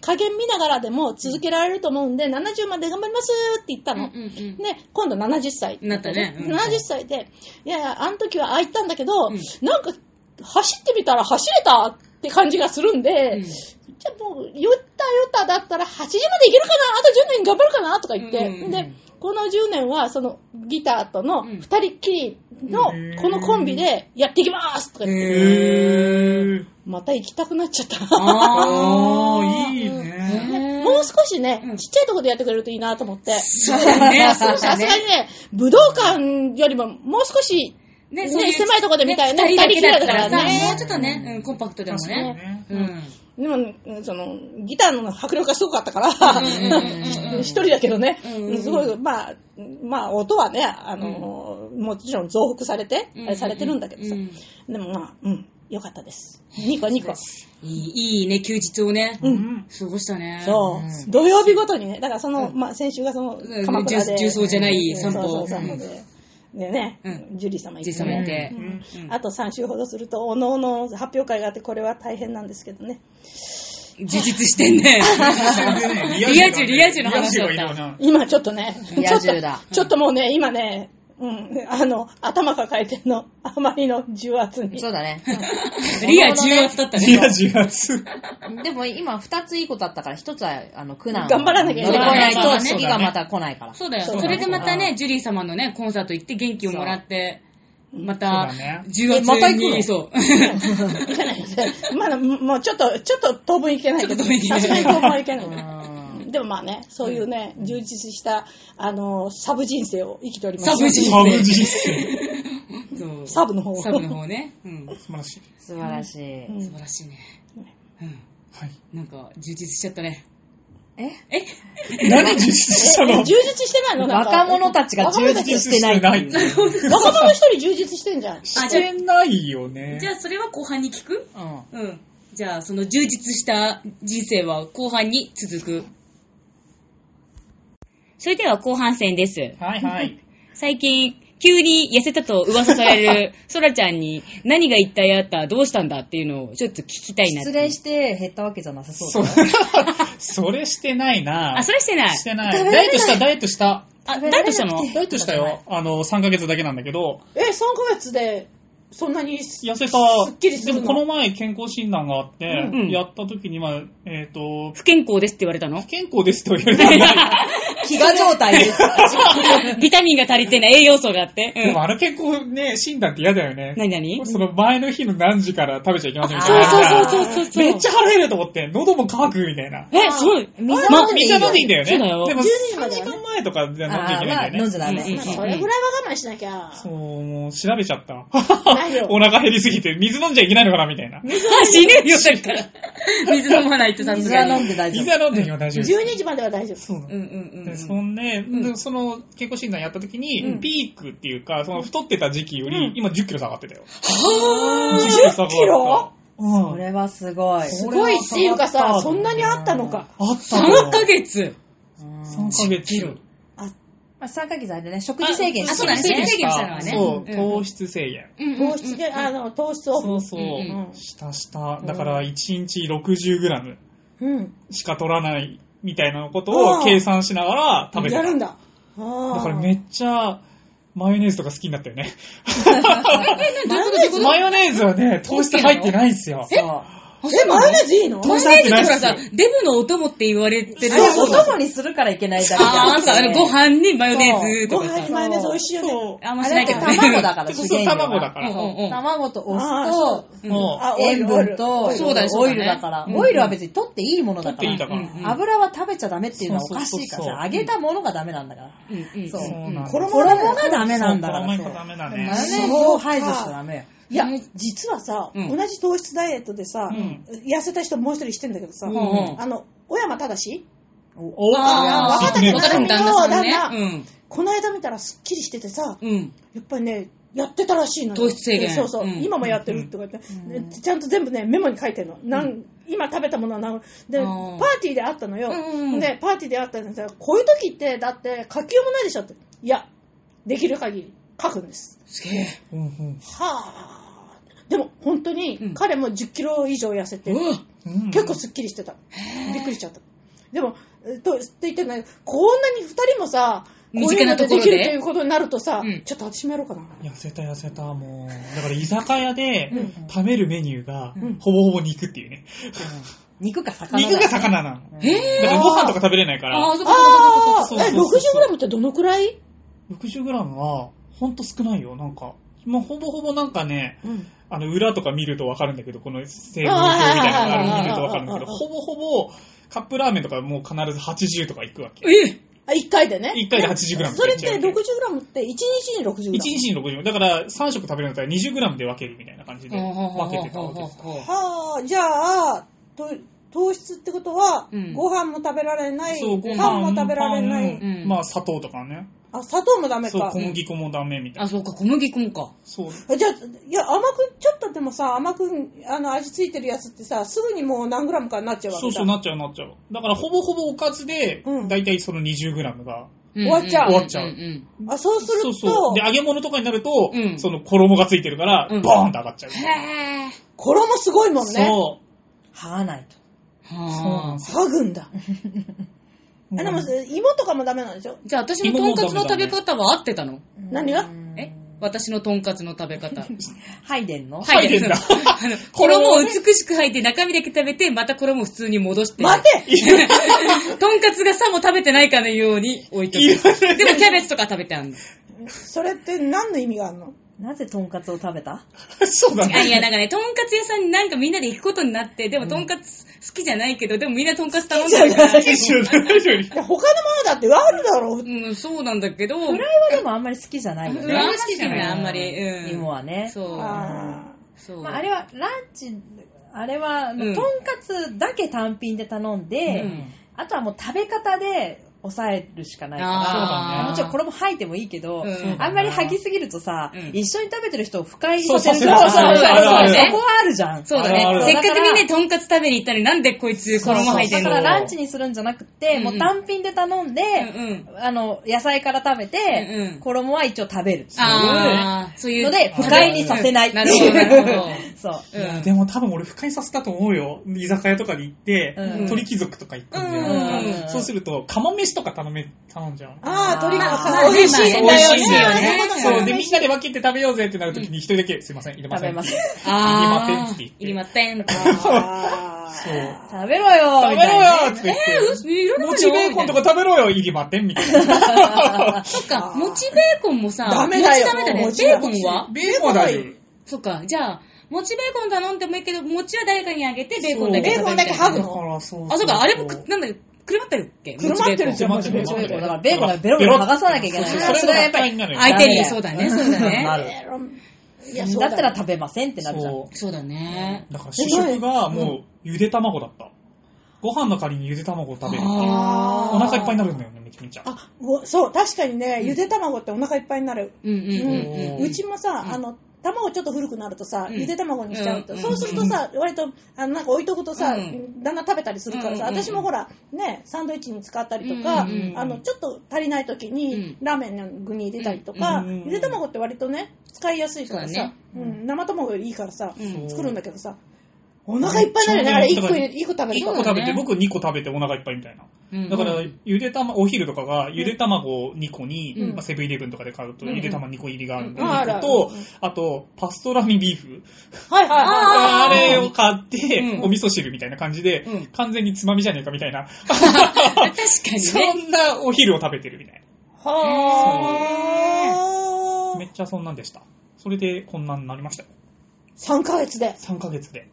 [SPEAKER 4] 加減見ながらでも続けられると思うんで、70まで頑張りますって言った
[SPEAKER 1] うんう
[SPEAKER 4] の。
[SPEAKER 1] んうん
[SPEAKER 4] で、今度70歳。
[SPEAKER 1] なったねうん
[SPEAKER 4] 70歳で、いやいや、あの時はああ言ったんだけど、
[SPEAKER 1] うん
[SPEAKER 4] なんか、走ってみたら走れたって感じがするんで、
[SPEAKER 1] うん
[SPEAKER 4] じゃあもう、よったよただったら8時までいけるかなあと10年頑張るかなとか言って、
[SPEAKER 1] うんうんうん
[SPEAKER 4] で、この10年は、その、ギターとの
[SPEAKER 1] うん
[SPEAKER 4] 2人っきりの
[SPEAKER 3] うん、
[SPEAKER 4] このコンビでやっていきますとか言って、
[SPEAKER 1] へー。
[SPEAKER 4] また行きたくなっちゃった。
[SPEAKER 1] あ
[SPEAKER 3] あー、いいね。
[SPEAKER 1] ー。
[SPEAKER 4] もう少し ね、
[SPEAKER 1] うん
[SPEAKER 4] ちっちゃいとこでやってくれるといいなと思って。
[SPEAKER 1] そうだね、
[SPEAKER 4] さすがにね、武道館よりももう少し
[SPEAKER 1] ね
[SPEAKER 4] ね
[SPEAKER 1] そういう
[SPEAKER 4] 狭いとこで見たいね
[SPEAKER 1] 二人だけだったらさ、
[SPEAKER 4] 二人だからね
[SPEAKER 1] もうちょっとね、うんコンパクトでも
[SPEAKER 3] そう
[SPEAKER 1] ね。
[SPEAKER 3] ね。
[SPEAKER 1] うん。
[SPEAKER 4] でも、うんその、ギターの迫力がすごかったから、
[SPEAKER 1] うんうん
[SPEAKER 4] 一人だけどね、
[SPEAKER 1] うんうん
[SPEAKER 4] すごい、まあ、まあ、音はね、あの、もちろん増幅されて、
[SPEAKER 1] うん
[SPEAKER 4] あれされてるんだけどさ、
[SPEAKER 1] うん
[SPEAKER 4] でもまあ、うん、よかったです。ニコニコ。
[SPEAKER 1] いい、いいね、休日をね、
[SPEAKER 3] うん。
[SPEAKER 1] 過ごしたね。
[SPEAKER 4] そ
[SPEAKER 3] う
[SPEAKER 4] う、
[SPEAKER 3] ん
[SPEAKER 4] 土曜日ごとにね、だからその、まあ、先週がその、
[SPEAKER 1] うん
[SPEAKER 4] 鎌倉で。
[SPEAKER 1] 重重曹じゃない散歩
[SPEAKER 4] そうそうそうででね、
[SPEAKER 1] う
[SPEAKER 4] ジュリー様行
[SPEAKER 1] ジュリー様
[SPEAKER 4] ってね、
[SPEAKER 1] 行って
[SPEAKER 3] う。ん
[SPEAKER 1] うん
[SPEAKER 4] あと3週ほどすると、おのおの発表会があって、これは大変なんですけどね。
[SPEAKER 1] 充実してんね。リア充、リア充の話だっ
[SPEAKER 3] リア充がいる
[SPEAKER 1] た。
[SPEAKER 3] な
[SPEAKER 4] 今ちょっとね、
[SPEAKER 2] リア充だ
[SPEAKER 4] ちょっとちょっともうね、今ね、うん、あの、頭抱えてんの、あまりの重圧に。
[SPEAKER 2] そうだね。
[SPEAKER 1] リア充圧だった
[SPEAKER 3] リア
[SPEAKER 1] ね。
[SPEAKER 3] 充がつ。
[SPEAKER 2] でも今二ついいことあったから、一つは、あの、苦難を。
[SPEAKER 4] 頑張らなきゃい
[SPEAKER 2] 乗
[SPEAKER 4] け
[SPEAKER 2] り
[SPEAKER 4] な
[SPEAKER 2] 越えない
[SPEAKER 4] い
[SPEAKER 2] と、
[SPEAKER 3] そうだね
[SPEAKER 2] 次がまた来ないから。
[SPEAKER 1] そうだよ。
[SPEAKER 4] そうだね
[SPEAKER 1] それでまたね、ジュリー様のね、コンサート行って元気をもらって、また
[SPEAKER 3] そうだね、
[SPEAKER 1] 重圧
[SPEAKER 2] えまた行く
[SPEAKER 1] に、
[SPEAKER 2] の
[SPEAKER 1] そう。
[SPEAKER 4] いけないですね。 まだ、もうちょっと、ちょっと当分いけないけど、
[SPEAKER 1] ちょっと当分いけな
[SPEAKER 4] さ
[SPEAKER 1] い
[SPEAKER 4] すがに当分はいけな
[SPEAKER 2] う
[SPEAKER 4] い。
[SPEAKER 2] ん
[SPEAKER 4] でもまあね、そういうね、充実した、あの、サブ人生を生きております。
[SPEAKER 1] サブ人
[SPEAKER 3] サブ
[SPEAKER 1] 生。
[SPEAKER 3] 人生。
[SPEAKER 1] そう
[SPEAKER 4] サブの 方
[SPEAKER 1] サブの方ね。うん。
[SPEAKER 3] 素晴らしい。
[SPEAKER 2] 素晴らしい。
[SPEAKER 4] うん
[SPEAKER 1] 素晴らしいね。うん。
[SPEAKER 3] はい。
[SPEAKER 1] なんか、充実しちゃったね。
[SPEAKER 2] え
[SPEAKER 3] 何充実した
[SPEAKER 4] え
[SPEAKER 3] の
[SPEAKER 4] 充実してないのなんか
[SPEAKER 2] 若者たちが充実してないっていう。
[SPEAKER 3] し
[SPEAKER 4] 若者一人充実してんじゃん。
[SPEAKER 1] あじゃ
[SPEAKER 3] てないよね
[SPEAKER 1] あ、じ。ゃあそれは後半に聞く
[SPEAKER 2] うん
[SPEAKER 1] うん。じゃあ、その充実した人生は後半に続く。それでは後半戦です。
[SPEAKER 3] はいはい。
[SPEAKER 1] 最近、急に痩せたと噂されるソラちゃんに何が一体あったどうしたんだっていうのをちょっと聞きたいなって
[SPEAKER 2] 失礼して減ったわけじゃなさそ
[SPEAKER 3] そうう
[SPEAKER 2] だね。。
[SPEAKER 3] それしてないな。
[SPEAKER 1] あ、それしてない
[SPEAKER 3] してない。ダイエットした、ダイエットした。
[SPEAKER 1] あ、ダイエットしたの
[SPEAKER 3] ダイエットしたよ。あの、3ヶ月だけなんだけど、
[SPEAKER 4] え、3ヶ月で、そんなに、
[SPEAKER 3] 痩せた。
[SPEAKER 4] すっきりするの
[SPEAKER 3] でもこの前健康診断があって、
[SPEAKER 1] うん
[SPEAKER 3] やった時に、まあ、えっ、と、
[SPEAKER 1] 不健康ですって言われたの
[SPEAKER 3] 不健康ですと言われた。
[SPEAKER 2] 飢餓状態 です。
[SPEAKER 1] ビタミンが足りてない栄養素があって。う
[SPEAKER 3] で
[SPEAKER 1] ん
[SPEAKER 3] もあの健康ね、診断って嫌だよね。
[SPEAKER 1] 何々
[SPEAKER 3] その前の日の何時から食べちゃいけませんみたい
[SPEAKER 1] そう
[SPEAKER 3] な。
[SPEAKER 1] そうそうそうそう。
[SPEAKER 3] めっちゃ腹減ると思って、喉も乾くみたいな。
[SPEAKER 1] え、すごい。
[SPEAKER 2] 水飲ん
[SPEAKER 1] ま
[SPEAKER 2] でいい
[SPEAKER 3] 水
[SPEAKER 2] よ
[SPEAKER 3] は飲んでいいんだよね。
[SPEAKER 1] そうだよ
[SPEAKER 3] でも、
[SPEAKER 4] 12時ま
[SPEAKER 3] 3
[SPEAKER 4] で
[SPEAKER 3] 時
[SPEAKER 4] はね
[SPEAKER 3] 間前とかで飲んじゃい
[SPEAKER 2] あ
[SPEAKER 3] け
[SPEAKER 2] ー
[SPEAKER 3] な
[SPEAKER 2] まあ
[SPEAKER 3] いんだ
[SPEAKER 2] 飲ん
[SPEAKER 3] よね。
[SPEAKER 2] じゃダメ。
[SPEAKER 1] うんうん
[SPEAKER 4] それぐらいは我慢しなきゃ。
[SPEAKER 3] そう、もう調べちゃった。
[SPEAKER 4] ないよ
[SPEAKER 3] お腹減りすぎて、水飲んじゃいけないのかなみたいな。
[SPEAKER 1] あ、死ぬよ、だから。水飲まないとさす
[SPEAKER 2] 水
[SPEAKER 1] が
[SPEAKER 2] は飲
[SPEAKER 1] に。
[SPEAKER 2] んで大丈
[SPEAKER 3] 水
[SPEAKER 2] 夫。
[SPEAKER 3] は飲んでいいよ、大丈夫。
[SPEAKER 4] 12時までは大丈夫。
[SPEAKER 3] そうなの
[SPEAKER 1] うんうん
[SPEAKER 3] でそ
[SPEAKER 1] うん。
[SPEAKER 3] んで、でその健康診断やった時に、
[SPEAKER 1] うん
[SPEAKER 3] ピークっていうか、その太ってた時期より、今10キロ下がってたよ。
[SPEAKER 1] は
[SPEAKER 3] 10キロ下がった
[SPEAKER 4] 10キロ
[SPEAKER 3] うん。
[SPEAKER 2] これはすごい。
[SPEAKER 4] すごいっていうか
[SPEAKER 3] それは下がった
[SPEAKER 4] さ、そんなにあったのか。
[SPEAKER 3] あったの
[SPEAKER 1] ぁ !3 ヶ月
[SPEAKER 2] うん
[SPEAKER 3] 3ヶ月。
[SPEAKER 2] まあ3ヶ月あれだね、食事制限
[SPEAKER 1] あそうだね
[SPEAKER 2] してる
[SPEAKER 1] 制限したのはね
[SPEAKER 3] そう、
[SPEAKER 1] うん
[SPEAKER 3] 糖質制限。
[SPEAKER 4] 糖質で、あの、糖質オ
[SPEAKER 3] そ
[SPEAKER 4] フ
[SPEAKER 3] う。そう
[SPEAKER 1] うん
[SPEAKER 4] う。ん
[SPEAKER 3] したした。だから、1日 60g
[SPEAKER 4] うん。
[SPEAKER 3] しか取らないみたいなこと
[SPEAKER 4] う
[SPEAKER 3] を
[SPEAKER 4] ん
[SPEAKER 3] 計算しながら食べて
[SPEAKER 4] や
[SPEAKER 3] た。
[SPEAKER 4] るん
[SPEAKER 3] だ
[SPEAKER 4] だ。ああ。
[SPEAKER 3] からめっちゃ、マヨネーズとか好きになったよね。
[SPEAKER 1] どういうことどういうこと
[SPEAKER 3] マヨネーズはね、糖質入ってないんですよ。
[SPEAKER 2] そう。
[SPEAKER 4] え、マヨネーズいいの
[SPEAKER 1] マヨネーズってほらさ、デブのお供って言われてる
[SPEAKER 2] あれお供にするからいけないだけじ
[SPEAKER 1] あ
[SPEAKER 2] ゃ
[SPEAKER 1] あ、
[SPEAKER 2] ん。
[SPEAKER 1] そう、あの、ご飯にマヨネーズと
[SPEAKER 4] ご
[SPEAKER 1] か
[SPEAKER 4] 飯
[SPEAKER 1] さ
[SPEAKER 4] に。マヨネーズ美味しいよね。
[SPEAKER 1] あんま
[SPEAKER 2] あ
[SPEAKER 1] しな
[SPEAKER 2] れだ
[SPEAKER 1] い
[SPEAKER 2] け
[SPEAKER 1] けどね。
[SPEAKER 2] 卵だから、
[SPEAKER 3] そう
[SPEAKER 2] 資
[SPEAKER 3] そう、
[SPEAKER 2] 源量
[SPEAKER 3] 卵だ
[SPEAKER 2] は
[SPEAKER 3] か
[SPEAKER 1] う
[SPEAKER 3] ら。
[SPEAKER 1] んうんうん
[SPEAKER 2] 卵とお
[SPEAKER 4] あ
[SPEAKER 2] 酢
[SPEAKER 4] ー
[SPEAKER 2] と
[SPEAKER 4] そう
[SPEAKER 3] もう
[SPEAKER 4] あオイル
[SPEAKER 2] 塩分と
[SPEAKER 4] オイル
[SPEAKER 1] そうだよそう
[SPEAKER 2] オ
[SPEAKER 1] だね
[SPEAKER 2] イルだから、
[SPEAKER 1] うん
[SPEAKER 2] オイルは別に取っていいものだ
[SPEAKER 3] 取っ
[SPEAKER 2] か
[SPEAKER 3] て
[SPEAKER 2] ら
[SPEAKER 3] いいだから。
[SPEAKER 1] うん
[SPEAKER 2] 油は食べちゃダメっていうのはおかしいから
[SPEAKER 3] そうそうそうそう
[SPEAKER 2] さ揚げたものがダメなんだから
[SPEAKER 1] うんうん
[SPEAKER 2] そう
[SPEAKER 3] そうなんだ
[SPEAKER 4] 衣
[SPEAKER 2] 衣がダメなんだか
[SPEAKER 3] そう
[SPEAKER 2] ら
[SPEAKER 3] そう
[SPEAKER 2] そうマ
[SPEAKER 3] ダメだ
[SPEAKER 2] ヨネ
[SPEAKER 3] ね。
[SPEAKER 2] ーズを排除しちゃダメよ
[SPEAKER 4] いや、実はさ、
[SPEAKER 1] うん
[SPEAKER 4] 同じ糖質ダイエットでさ、
[SPEAKER 3] うん
[SPEAKER 4] 痩せた人もう一人してんだけどさ、
[SPEAKER 1] うんうん
[SPEAKER 4] あの、小山正
[SPEAKER 2] おお
[SPEAKER 1] ああ、
[SPEAKER 4] 若竹
[SPEAKER 1] 若竹の旦那さんね。
[SPEAKER 4] この間見たらすっきりしててさ、
[SPEAKER 1] うん。うん。
[SPEAKER 4] やっぱりね、やってたらしいのよ
[SPEAKER 1] 糖質制限
[SPEAKER 4] そうそう、
[SPEAKER 1] うん
[SPEAKER 4] 今もやってるとか言って、でちゃんと全部ね、メモに書いてるの。なん今食べたものは何で、
[SPEAKER 1] あ
[SPEAKER 4] パ
[SPEAKER 1] ー
[SPEAKER 4] ーティーで会ったのよ。
[SPEAKER 1] うんうんうん
[SPEAKER 4] で、パーティーで会ったのさ、こういう時って、だって書きようもないでしょって。いや、できる限り書くんです。
[SPEAKER 1] すげえ。
[SPEAKER 3] うんうん
[SPEAKER 4] はあ。でも本当
[SPEAKER 1] う
[SPEAKER 4] に
[SPEAKER 1] ん
[SPEAKER 4] 彼も10キロ以上痩せて、
[SPEAKER 1] うわ
[SPEAKER 3] うん
[SPEAKER 4] 結構すっきりしてた。びっくりしちゃった。でも、えっと、って言ってない、こんなに二人もさ、こういうのでできるということになるとさ、
[SPEAKER 1] うん
[SPEAKER 4] ちょっと私もやろうかな。
[SPEAKER 3] 痩せた痩せた、もう。だから居酒屋で
[SPEAKER 2] うん
[SPEAKER 3] 食べるメニューが
[SPEAKER 4] うん、
[SPEAKER 3] ほぼほぼ肉っていうね。
[SPEAKER 2] 肉か魚だ
[SPEAKER 3] 肉が魚なの。
[SPEAKER 2] うん
[SPEAKER 1] え
[SPEAKER 3] だからご飯とか食べれないか
[SPEAKER 1] あ
[SPEAKER 3] ら
[SPEAKER 1] あ、、そっか
[SPEAKER 4] あ
[SPEAKER 3] そう
[SPEAKER 4] あ、
[SPEAKER 3] そう
[SPEAKER 4] え、
[SPEAKER 3] そうそう
[SPEAKER 4] 60g ってどのくらい
[SPEAKER 3] 60g は、ほんと少ないよ、なんか。まあ、ほぼほぼなんかね、
[SPEAKER 4] うん。
[SPEAKER 3] あの、裏とか見るとわかるんだけど、この成分表みたいなのがあるの見るとわかるんだけど、
[SPEAKER 4] あー
[SPEAKER 3] ほぼほぼ、カップラーメンとかもう必ず80とかいくわけ。
[SPEAKER 1] え
[SPEAKER 6] あ、1回でね。
[SPEAKER 3] 1回で 80g
[SPEAKER 4] それって
[SPEAKER 3] 違うね
[SPEAKER 4] 60g って1日に 60g?
[SPEAKER 3] 1日に 60g。だから3食食べるんだったら 20g で分けるみたいな感じで分けてたわけです。
[SPEAKER 4] はあ、じゃあ、と糖質ってことは、
[SPEAKER 1] うん
[SPEAKER 4] ご飯も食べられない、
[SPEAKER 3] そう、ご
[SPEAKER 4] パ
[SPEAKER 3] 飯
[SPEAKER 4] ンも食べられな
[SPEAKER 3] パン
[SPEAKER 4] い、
[SPEAKER 1] うん
[SPEAKER 3] まあ、砂糖とかね。
[SPEAKER 4] あ、砂糖もダメ
[SPEAKER 3] そう、
[SPEAKER 4] か
[SPEAKER 3] 小。麦粉もダメみたい
[SPEAKER 1] あ、
[SPEAKER 3] な。
[SPEAKER 1] そうか、小麦粉もか。
[SPEAKER 3] そう。
[SPEAKER 4] あじゃあ、いや、甘く、ちょっとでもさ、甘く、あの、味ついてるやつってさ、すぐにもう何グラムかになっちゃうわけ
[SPEAKER 3] そ
[SPEAKER 4] だ。
[SPEAKER 3] うそう、なっちゃうなっちゃう。だから、ほぼほぼおかずで
[SPEAKER 4] う、ん
[SPEAKER 3] だいたいその 20g が。
[SPEAKER 1] 終
[SPEAKER 4] わっちゃう
[SPEAKER 3] 終わっちゃうん
[SPEAKER 1] ん
[SPEAKER 4] あ、そうする
[SPEAKER 3] そ
[SPEAKER 4] と、
[SPEAKER 3] うそう。で、揚げ物とかになると
[SPEAKER 1] う、ん
[SPEAKER 3] その衣がついてるから
[SPEAKER 1] うん、
[SPEAKER 3] ボーンと上がっちゃう。
[SPEAKER 1] へぇー。
[SPEAKER 4] 衣すごいもんね。
[SPEAKER 3] そ
[SPEAKER 2] はあないと。
[SPEAKER 3] そうなん
[SPEAKER 1] は
[SPEAKER 3] です
[SPEAKER 4] はぐんだ。
[SPEAKER 3] う。
[SPEAKER 4] あでも、芋とかもダメなんでしょ
[SPEAKER 1] あ。じゃあ私のとんかつの食べ方は合ってたの
[SPEAKER 4] 何が
[SPEAKER 2] うん
[SPEAKER 1] え私のとんかつの食べ方。
[SPEAKER 2] ハイデン
[SPEAKER 1] は
[SPEAKER 2] の
[SPEAKER 1] い
[SPEAKER 3] 入ってんだ
[SPEAKER 1] あの衣を美しく履いて中身だけ食べて、また衣を普通に戻して。
[SPEAKER 4] 待て
[SPEAKER 1] とんかつがさも食べてないかのように置いと
[SPEAKER 3] いらな
[SPEAKER 1] く。でもキャベツとか食べてあるの。
[SPEAKER 4] それって何の意味があるの
[SPEAKER 2] なぜとんかつを食べた
[SPEAKER 3] そう だ
[SPEAKER 1] あ い
[SPEAKER 3] ね。
[SPEAKER 1] や、なんかね、とんかつ屋さんになんかみんなで行くことになって、でもとんかつ好きじゃないけど、でもみんなとんかつ頼んでるから。
[SPEAKER 3] 20より
[SPEAKER 4] いや他のものだってあるだろう。
[SPEAKER 1] うん、そうなんだけど。
[SPEAKER 2] フライはでもあんまり好きじゃないよ
[SPEAKER 1] フライ
[SPEAKER 2] ね。
[SPEAKER 1] は好きじゃないあんまりうん
[SPEAKER 2] 芋はね。
[SPEAKER 1] そう。
[SPEAKER 4] あ
[SPEAKER 1] そう。
[SPEAKER 2] まあ、あれはランチ、あれは、あの
[SPEAKER 1] うん
[SPEAKER 2] とんかつだけ単品で頼んで、
[SPEAKER 1] うん
[SPEAKER 2] あとはもう食べ方で抑えるしかないから、
[SPEAKER 1] あー
[SPEAKER 2] まあもちろんこれも吐いてもいいけど、
[SPEAKER 1] うん
[SPEAKER 2] あんまり吐きすぎるとさ、
[SPEAKER 1] うん
[SPEAKER 2] 一緒に食べてる人を不快に
[SPEAKER 3] そう
[SPEAKER 2] させる
[SPEAKER 1] そうそうそう
[SPEAKER 2] そ
[SPEAKER 1] そう
[SPEAKER 2] そ
[SPEAKER 1] ね
[SPEAKER 2] こはあるじゃん。
[SPEAKER 1] そうだ
[SPEAKER 3] ある
[SPEAKER 1] ね
[SPEAKER 3] あ。る
[SPEAKER 1] せっかくみんなでとんかつ食べに行ったのになんでこいつ衣
[SPEAKER 2] そう
[SPEAKER 1] 履いてん
[SPEAKER 2] だ
[SPEAKER 1] の
[SPEAKER 2] からランチにするんじゃなくて、
[SPEAKER 1] うん
[SPEAKER 2] もう単品で頼んで、
[SPEAKER 1] うんうん。
[SPEAKER 2] あの、野菜から食べて、
[SPEAKER 1] うんうん
[SPEAKER 2] 衣は一応食べる。
[SPEAKER 1] ああ、そういう。
[SPEAKER 2] ので、不快にさせないって
[SPEAKER 1] なるほ
[SPEAKER 2] い
[SPEAKER 1] ど、なるほ
[SPEAKER 2] う。
[SPEAKER 1] ど。
[SPEAKER 2] そう。
[SPEAKER 3] いや
[SPEAKER 1] うん
[SPEAKER 3] でも多分俺不快させたと思うよ。居酒屋とかで行って、
[SPEAKER 2] うん
[SPEAKER 3] 鳥貴族とか行ったんだよ、
[SPEAKER 2] うん
[SPEAKER 3] そうすると、釜飯とか頼め、頼んじゃう。
[SPEAKER 4] ああ、鳥が
[SPEAKER 2] ま
[SPEAKER 4] さ、
[SPEAKER 2] あ
[SPEAKER 4] 美味しいん
[SPEAKER 1] ま
[SPEAKER 4] だ
[SPEAKER 1] あ
[SPEAKER 4] よ
[SPEAKER 1] 美味しいんだよね
[SPEAKER 4] ね。
[SPEAKER 1] うん
[SPEAKER 3] そう、で、みんなで分けて食べようぜってなるときに一人だけ、すいません、入れま
[SPEAKER 2] 食
[SPEAKER 3] せん。
[SPEAKER 2] べます。
[SPEAKER 1] あ
[SPEAKER 3] 入りません
[SPEAKER 1] あ
[SPEAKER 3] って言って
[SPEAKER 1] 入りませんって。
[SPEAKER 4] あ
[SPEAKER 3] そう。
[SPEAKER 2] 食べろよ
[SPEAKER 3] 食べ
[SPEAKER 2] みたい
[SPEAKER 3] ろ
[SPEAKER 2] な
[SPEAKER 3] よ
[SPEAKER 2] ね
[SPEAKER 3] って言って。
[SPEAKER 1] いろんな
[SPEAKER 3] もちベーコンとか食べろよ、入りませんみたい な。
[SPEAKER 1] そっか、もちベーコンもさ、
[SPEAKER 4] ダメだよ
[SPEAKER 1] もちダメだね。ベ
[SPEAKER 4] もちは
[SPEAKER 1] ーコンは
[SPEAKER 3] ベーコンは大丈
[SPEAKER 4] ベーコンはいい
[SPEAKER 3] 夫。
[SPEAKER 1] そっか、じゃあ、もちベーコン頼んでもいいけど、もちは誰かにあげて、ベーコンだけ
[SPEAKER 4] ベー
[SPEAKER 1] 食べ
[SPEAKER 4] コ
[SPEAKER 1] るみた
[SPEAKER 4] ンだ
[SPEAKER 1] い
[SPEAKER 4] け
[SPEAKER 1] な。
[SPEAKER 4] ハグ
[SPEAKER 3] だから、そう
[SPEAKER 1] あ、そうか、あれも
[SPEAKER 3] そう、
[SPEAKER 1] なんだよ、くるまってるっけ
[SPEAKER 4] くるまってるじゃん
[SPEAKER 1] も
[SPEAKER 3] もち
[SPEAKER 1] ち
[SPEAKER 3] ベ
[SPEAKER 1] ベ
[SPEAKER 3] ー
[SPEAKER 1] ー
[SPEAKER 3] コ
[SPEAKER 1] コ
[SPEAKER 3] ン
[SPEAKER 1] ン
[SPEAKER 3] は
[SPEAKER 2] だからベーコンがベロベロ剥がさなきゃいけない
[SPEAKER 3] そう
[SPEAKER 2] から、それがやっぱり、
[SPEAKER 3] なるよ
[SPEAKER 1] 相手に、
[SPEAKER 2] ダ
[SPEAKER 1] そう
[SPEAKER 2] メ
[SPEAKER 1] だ
[SPEAKER 2] だ
[SPEAKER 1] ね、そうだ
[SPEAKER 2] な
[SPEAKER 1] ね。
[SPEAKER 2] る。
[SPEAKER 4] いや、そう
[SPEAKER 2] だ
[SPEAKER 4] だ
[SPEAKER 2] ったら食べませんってなるじゃん。
[SPEAKER 3] そう。
[SPEAKER 1] そうだね。
[SPEAKER 3] だから主食がもう、ゆで卵だった。ご飯の代わりにゆで卵を食べる。お
[SPEAKER 1] あ
[SPEAKER 4] あー
[SPEAKER 3] 腹いっぱいになるんだよね、めちゃめちゃ。
[SPEAKER 4] あ、おそう、確かにね、ゆで卵ってお腹いっぱいになる。
[SPEAKER 1] ー。うんうんうんうん。
[SPEAKER 4] うちもさ、あの、卵ちょっと古くなるとさ、
[SPEAKER 1] うん
[SPEAKER 4] ゆで卵にしちゃうと、
[SPEAKER 1] うん
[SPEAKER 4] そうするとさ、割と、あの、なんか置いとくとさ、
[SPEAKER 1] うん
[SPEAKER 4] だんだん食べたりするからさ、
[SPEAKER 1] うんうんうん
[SPEAKER 4] 私もほら、ね、サンドイッチに使ったりとか、
[SPEAKER 1] うんうん
[SPEAKER 2] うん
[SPEAKER 4] あの、ちょっと足りない時に、
[SPEAKER 1] う
[SPEAKER 4] ラーメンの具に入れたりとか、
[SPEAKER 3] うんうん
[SPEAKER 4] ゆで卵って割とね、使いやすいから
[SPEAKER 1] そうだ
[SPEAKER 4] さ
[SPEAKER 1] ね、
[SPEAKER 4] うん、生卵よりいいからさ、
[SPEAKER 1] うん
[SPEAKER 4] 作るんだけどさ、お腹いっぱいにな
[SPEAKER 3] うん
[SPEAKER 4] るよね、だから1個入れ、一個食べ
[SPEAKER 3] 1
[SPEAKER 4] る
[SPEAKER 1] そう
[SPEAKER 3] 個
[SPEAKER 1] だね
[SPEAKER 4] と。
[SPEAKER 3] 食べて、僕2個食べてお腹いっぱいみたいな。
[SPEAKER 1] うん
[SPEAKER 3] だから、ゆで卵、お昼とかが、ゆで卵2個に、
[SPEAKER 4] うん
[SPEAKER 3] まあセブンイレブンとかで買うと、
[SPEAKER 1] うん
[SPEAKER 3] ゆで卵2個入りがあるんで、
[SPEAKER 4] うんあ
[SPEAKER 3] 2
[SPEAKER 4] ら
[SPEAKER 3] 個と
[SPEAKER 4] うん、
[SPEAKER 3] あと、パストラミビーフ。
[SPEAKER 4] はいはいは
[SPEAKER 3] あ
[SPEAKER 4] い。
[SPEAKER 3] れを買って
[SPEAKER 1] う、ん
[SPEAKER 3] お味噌汁みたいな感じで
[SPEAKER 1] うん、
[SPEAKER 3] 完全につまみじゃねえかみたいな。
[SPEAKER 1] 確かに
[SPEAKER 3] そ
[SPEAKER 1] ね。
[SPEAKER 3] んなお昼を食べてるみたい
[SPEAKER 4] は
[SPEAKER 3] な。
[SPEAKER 4] ー
[SPEAKER 3] めっちゃそんなんでした。それで、こんなんなりましたよ。
[SPEAKER 4] 3ヶ月で。
[SPEAKER 3] 3ヶ月で。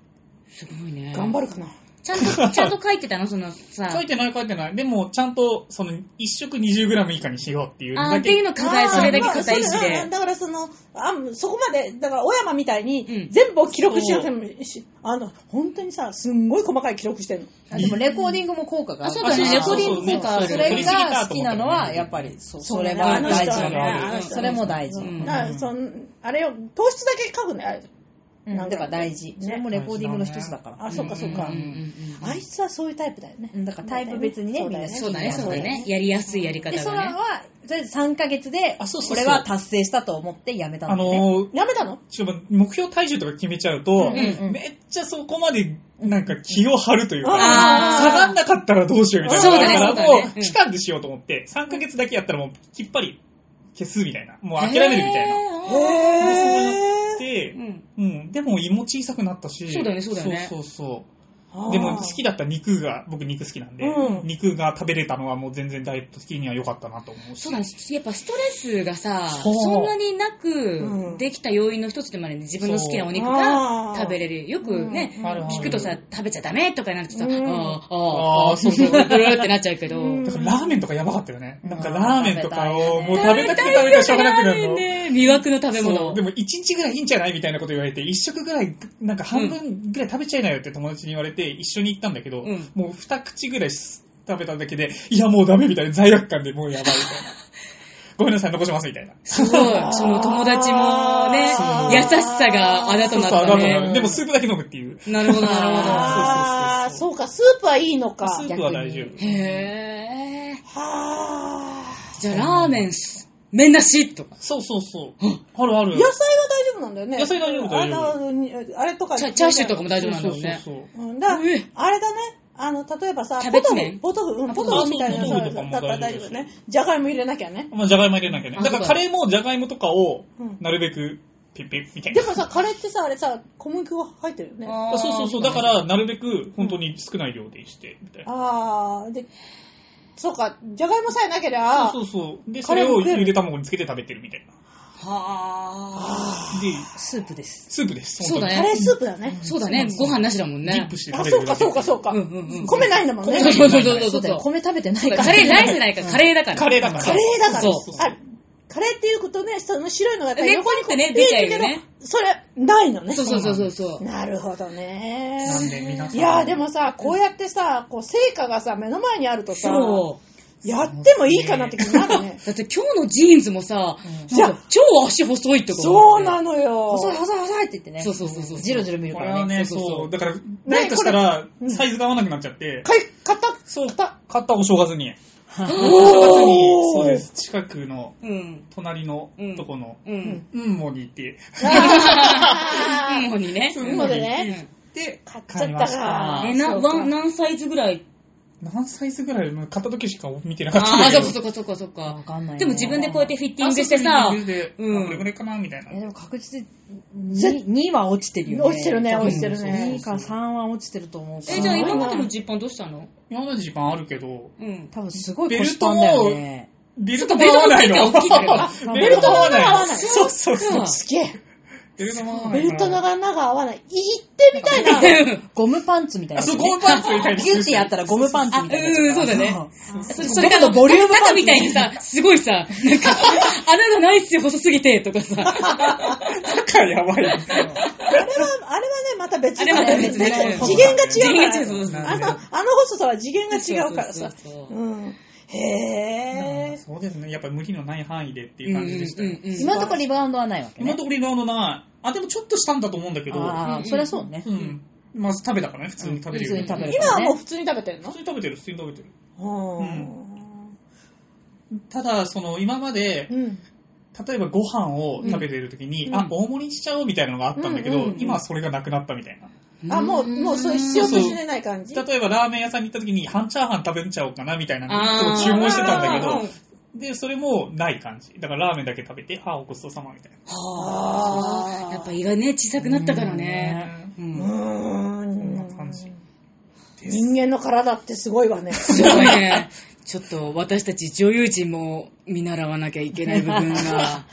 [SPEAKER 1] すごいね。
[SPEAKER 4] 頑張るかな。
[SPEAKER 1] ちゃん と、ちゃんと書いてたのそのさ。
[SPEAKER 3] 書いてない書いてない。でも、ちゃんと、その、1食 20g 以下にしようっていうの
[SPEAKER 1] あー
[SPEAKER 3] だ
[SPEAKER 1] ってい
[SPEAKER 3] け
[SPEAKER 1] う。の課題、それだけ
[SPEAKER 4] まあ
[SPEAKER 1] 課題意
[SPEAKER 4] そ
[SPEAKER 1] 識
[SPEAKER 4] れうん
[SPEAKER 1] で。
[SPEAKER 4] だからその、あそこまで、だから、小山みたい
[SPEAKER 1] うん
[SPEAKER 4] に、全部を記録しなくてもいいし、あの、本当にさ、すんごい細かい記録してんの。
[SPEAKER 2] あでもレコーディングも効果が
[SPEAKER 1] あそうだね
[SPEAKER 2] レコーディング効果あ
[SPEAKER 1] そう
[SPEAKER 2] る。
[SPEAKER 1] そう
[SPEAKER 2] そ
[SPEAKER 1] そう
[SPEAKER 2] れが好きなのは、やっぱり、そうそれは大
[SPEAKER 4] あの人は
[SPEAKER 2] 事
[SPEAKER 4] ねあの人はね
[SPEAKER 2] それも大事。
[SPEAKER 1] うん
[SPEAKER 4] だからそのあれを、糖質だけ書くね、あれ。
[SPEAKER 2] うんだから大事。それもレコーディングの一つだから。
[SPEAKER 4] あ、そっかそっか
[SPEAKER 1] うん。うん
[SPEAKER 4] あいつはそういうタイプだよね。
[SPEAKER 2] うんだからタイプ別にね、みんな好き
[SPEAKER 1] そうだね、
[SPEAKER 2] な
[SPEAKER 1] そうだ
[SPEAKER 2] ので
[SPEAKER 1] ね。やりやすいやり方
[SPEAKER 2] で、それ
[SPEAKER 1] がね。
[SPEAKER 2] は、とりあえず3ヶ月で、
[SPEAKER 3] あそうそう
[SPEAKER 2] こ
[SPEAKER 3] そう
[SPEAKER 2] れは達成したと思ってやめた
[SPEAKER 3] あ
[SPEAKER 2] んだよね。
[SPEAKER 3] のー、
[SPEAKER 4] やめたの
[SPEAKER 3] ちょっと目標体重とか決めちゃうと、
[SPEAKER 2] うんうん
[SPEAKER 3] めっちゃそこまでなんか気を張るというか、
[SPEAKER 1] あー
[SPEAKER 3] 下がんなかったらどうしようみたいな。
[SPEAKER 1] そうだね
[SPEAKER 3] から
[SPEAKER 1] そうだね
[SPEAKER 3] も
[SPEAKER 1] う
[SPEAKER 3] うん期間でしようと思って、3ヶ月だけやったらもうきっぱり消すみたいな。もう諦めるみたいな。
[SPEAKER 1] へ
[SPEAKER 4] へ
[SPEAKER 3] で
[SPEAKER 1] ーう、ん
[SPEAKER 3] うん、でも胃も小さくなったし。
[SPEAKER 1] そうだよねそうだよね
[SPEAKER 3] そうそうそう。
[SPEAKER 4] あー
[SPEAKER 3] でも好きだった肉が、僕肉好きなんで、
[SPEAKER 4] うん
[SPEAKER 3] 肉が食べれたのはもう全然ダイエット的には良かったなと思うし。
[SPEAKER 1] そうなんです。やっぱストレスがさ、
[SPEAKER 3] そう
[SPEAKER 1] そんなにな
[SPEAKER 4] う
[SPEAKER 1] く
[SPEAKER 4] ん
[SPEAKER 1] できた要因の一つでもあるんで、自分の好きなお肉
[SPEAKER 4] あ
[SPEAKER 1] が
[SPEAKER 4] ー
[SPEAKER 1] 食べれる。よくね、
[SPEAKER 2] あるある
[SPEAKER 1] 聞くとさ、食べちゃダメとかになるとさ、
[SPEAKER 4] うん
[SPEAKER 1] あーあー、
[SPEAKER 3] あ
[SPEAKER 1] あ
[SPEAKER 3] ー
[SPEAKER 1] ーそうそう、ブルーってなっちゃうけど。
[SPEAKER 4] うん
[SPEAKER 3] だからラーメンとかやばかったよね。なんか
[SPEAKER 2] うん
[SPEAKER 3] ラーメンとかをもう
[SPEAKER 2] 食
[SPEAKER 3] 食べたくて食べたくてしょうがなくなるの。
[SPEAKER 1] ね、魅惑の食べ
[SPEAKER 3] そ
[SPEAKER 1] 物。
[SPEAKER 3] うでも1日ぐらいいいんじゃないみたいなこと言われて、1食ぐらい、なんか半分ぐらい食べちゃいなよって友達に言われて、一緒に行ったんだけど、
[SPEAKER 1] うん
[SPEAKER 3] もう2口ぐらい食べただけで、いやもうダメみたいな罪悪感でもうやばいみたいな。ごめんなさい、残しますみたいな。
[SPEAKER 1] すごい。その友達もね
[SPEAKER 3] そう、
[SPEAKER 1] 優しさがあだとなっ
[SPEAKER 3] そうそうあ
[SPEAKER 1] た
[SPEAKER 3] なた
[SPEAKER 1] ね。
[SPEAKER 3] のでもスープだけ飲むっていう。
[SPEAKER 1] なるほど、なるほ
[SPEAKER 4] あー
[SPEAKER 3] そうそうそうそう
[SPEAKER 4] そうか、スープはいいのか。
[SPEAKER 3] スープは大丈
[SPEAKER 2] 逆
[SPEAKER 3] 夫
[SPEAKER 1] ど。。へー。
[SPEAKER 4] はあ。
[SPEAKER 1] じゃあラーメン、麺なしとか。
[SPEAKER 3] そうそうそう。あるある。
[SPEAKER 4] 野菜は大丈夫なんだよね。
[SPEAKER 3] 野菜大丈夫大丈夫
[SPEAKER 4] あのにあれとか。
[SPEAKER 1] チャチャーシューとかも大丈夫なんだもんね。
[SPEAKER 3] そうそうそう
[SPEAKER 4] うん、だ
[SPEAKER 1] うえ
[SPEAKER 4] あれだね。あの、例えばさ、
[SPEAKER 1] キャ
[SPEAKER 4] ポ
[SPEAKER 1] ベ
[SPEAKER 4] ト
[SPEAKER 1] ツ
[SPEAKER 4] フ
[SPEAKER 1] 麺、
[SPEAKER 4] ポトフ、うん
[SPEAKER 1] あ
[SPEAKER 4] ポト
[SPEAKER 3] ポト
[SPEAKER 4] フ
[SPEAKER 3] フ
[SPEAKER 4] みたいな
[SPEAKER 3] ポトフとかも
[SPEAKER 4] だったら大
[SPEAKER 3] 大
[SPEAKER 4] 丈
[SPEAKER 3] 丈
[SPEAKER 4] 夫
[SPEAKER 3] 夫
[SPEAKER 4] ね。じゃがいも入れなきゃね。
[SPEAKER 3] まあ、じゃがいも入れなきゃね。
[SPEAKER 1] あ
[SPEAKER 3] だから
[SPEAKER 1] そ
[SPEAKER 3] カ
[SPEAKER 1] うだ
[SPEAKER 3] レーもじゃがいもとかを
[SPEAKER 4] うん、
[SPEAKER 3] なるべく、ピッピッみたい
[SPEAKER 4] で
[SPEAKER 3] な。
[SPEAKER 4] もさ、カレーってさ、あれさ、小麦粉が入ってるよね。あ
[SPEAKER 1] あー
[SPEAKER 3] そうそうそう。だか。ら、なるべく、本当に少ない量でして、みたいな。
[SPEAKER 4] あー、で、そうか、じゃがいもさえなければ、
[SPEAKER 3] そうそうそう。で、そ
[SPEAKER 4] カレー
[SPEAKER 3] れ
[SPEAKER 4] も
[SPEAKER 3] を
[SPEAKER 4] 食える
[SPEAKER 3] ゆで卵につけて食べてるみたいな。
[SPEAKER 1] はあ。
[SPEAKER 3] で、
[SPEAKER 2] スープです。
[SPEAKER 3] スープです。
[SPEAKER 1] そうだね
[SPEAKER 4] カレースープだね。
[SPEAKER 1] そうだね、ご飯なしだもん
[SPEAKER 3] 本当にディッ
[SPEAKER 1] ね
[SPEAKER 3] プ。して食
[SPEAKER 4] あ、
[SPEAKER 3] べて
[SPEAKER 4] そ
[SPEAKER 3] る
[SPEAKER 4] う
[SPEAKER 3] だ
[SPEAKER 4] か、
[SPEAKER 3] け
[SPEAKER 4] そうか、そうか
[SPEAKER 1] うん。うんうん。
[SPEAKER 4] 米ないんだもんね。
[SPEAKER 1] そうそうそうそう
[SPEAKER 2] そうだよ、
[SPEAKER 1] そ
[SPEAKER 2] 米食べてないから。
[SPEAKER 1] カレーライスないから、カレーだから。
[SPEAKER 3] カレーだから。
[SPEAKER 4] カレーだから。
[SPEAKER 1] そう
[SPEAKER 4] あカレーっていうことね、その白いのがやっぱり
[SPEAKER 1] ね
[SPEAKER 4] 横に
[SPEAKER 1] ポンってね
[SPEAKER 4] ピーって
[SPEAKER 1] 出ちゃうよね
[SPEAKER 4] けどそれ、ないのね。
[SPEAKER 1] そうそうそうそう。
[SPEAKER 4] なるほどね。
[SPEAKER 3] なんで皆さん
[SPEAKER 4] いやーでもさ、こうやってさ、こう成果がさ、目の前にあるとさ、
[SPEAKER 1] そう。
[SPEAKER 4] やってもいいかなって気にな
[SPEAKER 1] 。
[SPEAKER 4] るね
[SPEAKER 1] だって今日のジーンズもさ、
[SPEAKER 4] じゃあ
[SPEAKER 1] なんか超足細いとか
[SPEAKER 4] そうな
[SPEAKER 1] の
[SPEAKER 4] のよ。
[SPEAKER 2] 細い細い細いって言ってね。
[SPEAKER 1] そうそうそうそう
[SPEAKER 2] じろじろ見る
[SPEAKER 3] こ
[SPEAKER 2] か
[SPEAKER 3] れ
[SPEAKER 2] ら
[SPEAKER 3] は
[SPEAKER 2] ね。
[SPEAKER 3] ね、
[SPEAKER 1] そうそう
[SPEAKER 3] そ
[SPEAKER 1] そう
[SPEAKER 3] う。だから、ダイエットしたら、サイズが合わなくなっちゃって、
[SPEAKER 4] 買い、買った
[SPEAKER 3] そう、買ったお正月に。お正月に、
[SPEAKER 4] お
[SPEAKER 3] そう
[SPEAKER 4] ー
[SPEAKER 3] です。近くの、
[SPEAKER 1] うん。
[SPEAKER 3] 隣のとこの、
[SPEAKER 1] うん。
[SPEAKER 3] うんもに行って、
[SPEAKER 4] あ
[SPEAKER 1] うん。にね。
[SPEAKER 4] ーもうでね、
[SPEAKER 1] う
[SPEAKER 3] で、
[SPEAKER 4] 買っちゃったか
[SPEAKER 1] ん。
[SPEAKER 4] ら。
[SPEAKER 1] え、な、
[SPEAKER 4] そうか
[SPEAKER 1] わ何サイズぐらい
[SPEAKER 3] 何サイズぐらいの買った時しか見てなかったん
[SPEAKER 1] ああ、
[SPEAKER 3] だけ
[SPEAKER 1] そ
[SPEAKER 3] ど。
[SPEAKER 1] っかそっかそっ
[SPEAKER 2] わ
[SPEAKER 1] か。
[SPEAKER 2] かんないな。
[SPEAKER 1] でも自分でこうやってフィッティングして
[SPEAKER 3] あ
[SPEAKER 1] さ
[SPEAKER 3] そう、そうで
[SPEAKER 1] うん
[SPEAKER 3] あこれぐらいかなみたいな
[SPEAKER 2] え。でも確実に 2, は落ちてるよね。
[SPEAKER 4] 落ちてるね落
[SPEAKER 3] ちてるね
[SPEAKER 2] 2か3は落ちてると思うから。
[SPEAKER 1] え、じゃあ今までのジッパンどうしたの
[SPEAKER 3] 今まで時間あるけど、
[SPEAKER 1] うん。
[SPEAKER 2] 多分すごい腰パンだよね。
[SPEAKER 3] ベルトも合わないの
[SPEAKER 1] ちょっとベルトの長さ大きい
[SPEAKER 2] から
[SPEAKER 3] ベルトも合わない
[SPEAKER 4] ベルトの長さ合わない
[SPEAKER 3] そうそうそう。
[SPEAKER 4] すげえ。
[SPEAKER 3] ベルトも合わな
[SPEAKER 4] ベ
[SPEAKER 3] いから。
[SPEAKER 4] ルトの長が合わない。行っ てみたいな。
[SPEAKER 2] ゴムパンツみたいな
[SPEAKER 3] あ、
[SPEAKER 2] や
[SPEAKER 3] そ
[SPEAKER 2] つ
[SPEAKER 3] う、
[SPEAKER 2] ね。
[SPEAKER 3] ゴムパンツみたいに。
[SPEAKER 2] ギュッてやったらゴムパンツみたいなやつ。
[SPEAKER 1] あうんそうだねそそれか
[SPEAKER 2] 僕の
[SPEAKER 1] ら、
[SPEAKER 2] ボ
[SPEAKER 1] ボ
[SPEAKER 2] リ
[SPEAKER 1] リ
[SPEAKER 2] ュ
[SPEAKER 1] ュ
[SPEAKER 2] ー
[SPEAKER 1] ー
[SPEAKER 2] ム
[SPEAKER 1] ム
[SPEAKER 2] パン
[SPEAKER 1] みたいにさ、すごいさ、なんか、穴がないっすよ、細すぎて、とかさ。
[SPEAKER 3] 中やばいよ。
[SPEAKER 4] あれは、あれはね、また別
[SPEAKER 1] あれまた別ね
[SPEAKER 4] なんか次元が違うから。
[SPEAKER 1] 次元が違うそうそう
[SPEAKER 4] あの、あの細さは次元が違うからさ。
[SPEAKER 1] そうそうそうそう
[SPEAKER 4] うん。へ
[SPEAKER 3] うん
[SPEAKER 4] え。
[SPEAKER 3] そうですね。やっぱり無理のない範囲でっていう感じでしたよ。
[SPEAKER 1] うんうんうん
[SPEAKER 2] 今のところリバウンドはないわけ
[SPEAKER 3] 今
[SPEAKER 2] ね
[SPEAKER 3] の。ところリバウンドない。あ、でもちょっとしたんだと思うんだけど、
[SPEAKER 2] ああ、そりゃそうね
[SPEAKER 3] う。ん。まず食べたからね、普通に食べれるように。
[SPEAKER 2] うん普通に食べる
[SPEAKER 4] 今はもう普通に食べてるの
[SPEAKER 3] 普通に食べてる、普通に食べてる。
[SPEAKER 4] うん。
[SPEAKER 3] ただ、その、今まで、
[SPEAKER 4] うん。
[SPEAKER 3] 例えばご飯を食べてるときに、
[SPEAKER 4] うん
[SPEAKER 3] あ、大盛りにしちゃおうみたいなのがあったんだけど、
[SPEAKER 4] うんうんうん
[SPEAKER 3] 今はそれがなくなったみたいな。
[SPEAKER 4] あ、もう、もう、そう、必要としない感じ。
[SPEAKER 3] 例えばラーメン屋さんに行ったときに、半チャーハン食べちゃおうかなみたいなの
[SPEAKER 1] あ
[SPEAKER 3] を
[SPEAKER 1] ー
[SPEAKER 3] 注文してたんだけ
[SPEAKER 1] う
[SPEAKER 3] ど
[SPEAKER 1] ん、
[SPEAKER 3] で、それもない感じ。だからラーメンだけ食べて、あ、ごちそうさまみたい
[SPEAKER 1] は
[SPEAKER 4] あー
[SPEAKER 1] あ。やっぱ胃がね、小さくなったからね。
[SPEAKER 3] な。
[SPEAKER 1] う。
[SPEAKER 4] うんー。
[SPEAKER 3] そんなん感じ。です
[SPEAKER 4] 人間の体ってすご いわね。
[SPEAKER 1] すごいね。ちょっと私たち女優陣も見習わなきゃいけない部分が、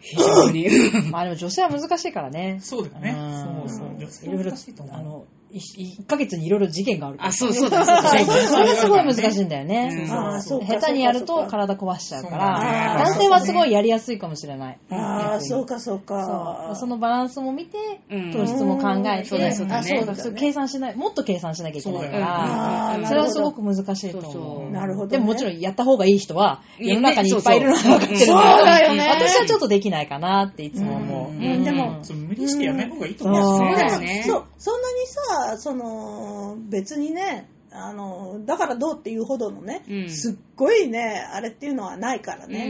[SPEAKER 1] 非常に。
[SPEAKER 2] まあでも女性は難しいからね。
[SPEAKER 3] そうだよね。
[SPEAKER 2] うん
[SPEAKER 3] そうそう。女
[SPEAKER 2] い
[SPEAKER 3] 性
[SPEAKER 2] ろい
[SPEAKER 3] は
[SPEAKER 2] ろ
[SPEAKER 3] 難しいと、
[SPEAKER 2] あ
[SPEAKER 3] 思う。
[SPEAKER 2] の、1ヶ月にいろいろ事件があるから。
[SPEAKER 1] あ、そうそうだ、そうだ。
[SPEAKER 2] そうそれがすごい難しいんだよ
[SPEAKER 1] う
[SPEAKER 2] ね
[SPEAKER 1] ん。
[SPEAKER 4] あーそうか
[SPEAKER 2] 下手にやると体壊しちゃうから、
[SPEAKER 4] そうかそうか
[SPEAKER 2] 男性はすごいやりやすいかもしれない。
[SPEAKER 4] ああ、そう
[SPEAKER 2] か。
[SPEAKER 4] か、そう
[SPEAKER 2] そ
[SPEAKER 4] か。
[SPEAKER 2] うそのバランスも見て、
[SPEAKER 1] うん
[SPEAKER 2] 糖質も考えて、
[SPEAKER 1] そうだそうだね
[SPEAKER 2] あそうそう計算しない、もっと計算しなきゃいけないか
[SPEAKER 4] そうだよ
[SPEAKER 2] ら、
[SPEAKER 4] あー
[SPEAKER 1] うん
[SPEAKER 2] それはすごく難しいと
[SPEAKER 1] そう
[SPEAKER 2] 思。
[SPEAKER 1] そうう
[SPEAKER 4] なるほどね。
[SPEAKER 2] でももちろんやった方がいい人は、世の中にいっぱいいるのは分かってる
[SPEAKER 1] そう
[SPEAKER 2] か
[SPEAKER 1] そう
[SPEAKER 4] そう
[SPEAKER 2] ら
[SPEAKER 4] だよね
[SPEAKER 2] 私はちょっとできないかなっていつも思う。
[SPEAKER 1] うん
[SPEAKER 4] うんでも
[SPEAKER 3] そう無理してやらない方がいいと
[SPEAKER 4] い
[SPEAKER 3] 思
[SPEAKER 4] や
[SPEAKER 3] う。
[SPEAKER 2] うん
[SPEAKER 4] そうだ
[SPEAKER 1] そ
[SPEAKER 4] よ
[SPEAKER 1] う
[SPEAKER 4] ね
[SPEAKER 1] ね
[SPEAKER 4] そうそんなにさその別にねあのだからどうっていうほどのね、
[SPEAKER 1] うん
[SPEAKER 4] すっごいねあれっていうのはないから
[SPEAKER 1] うんうんうん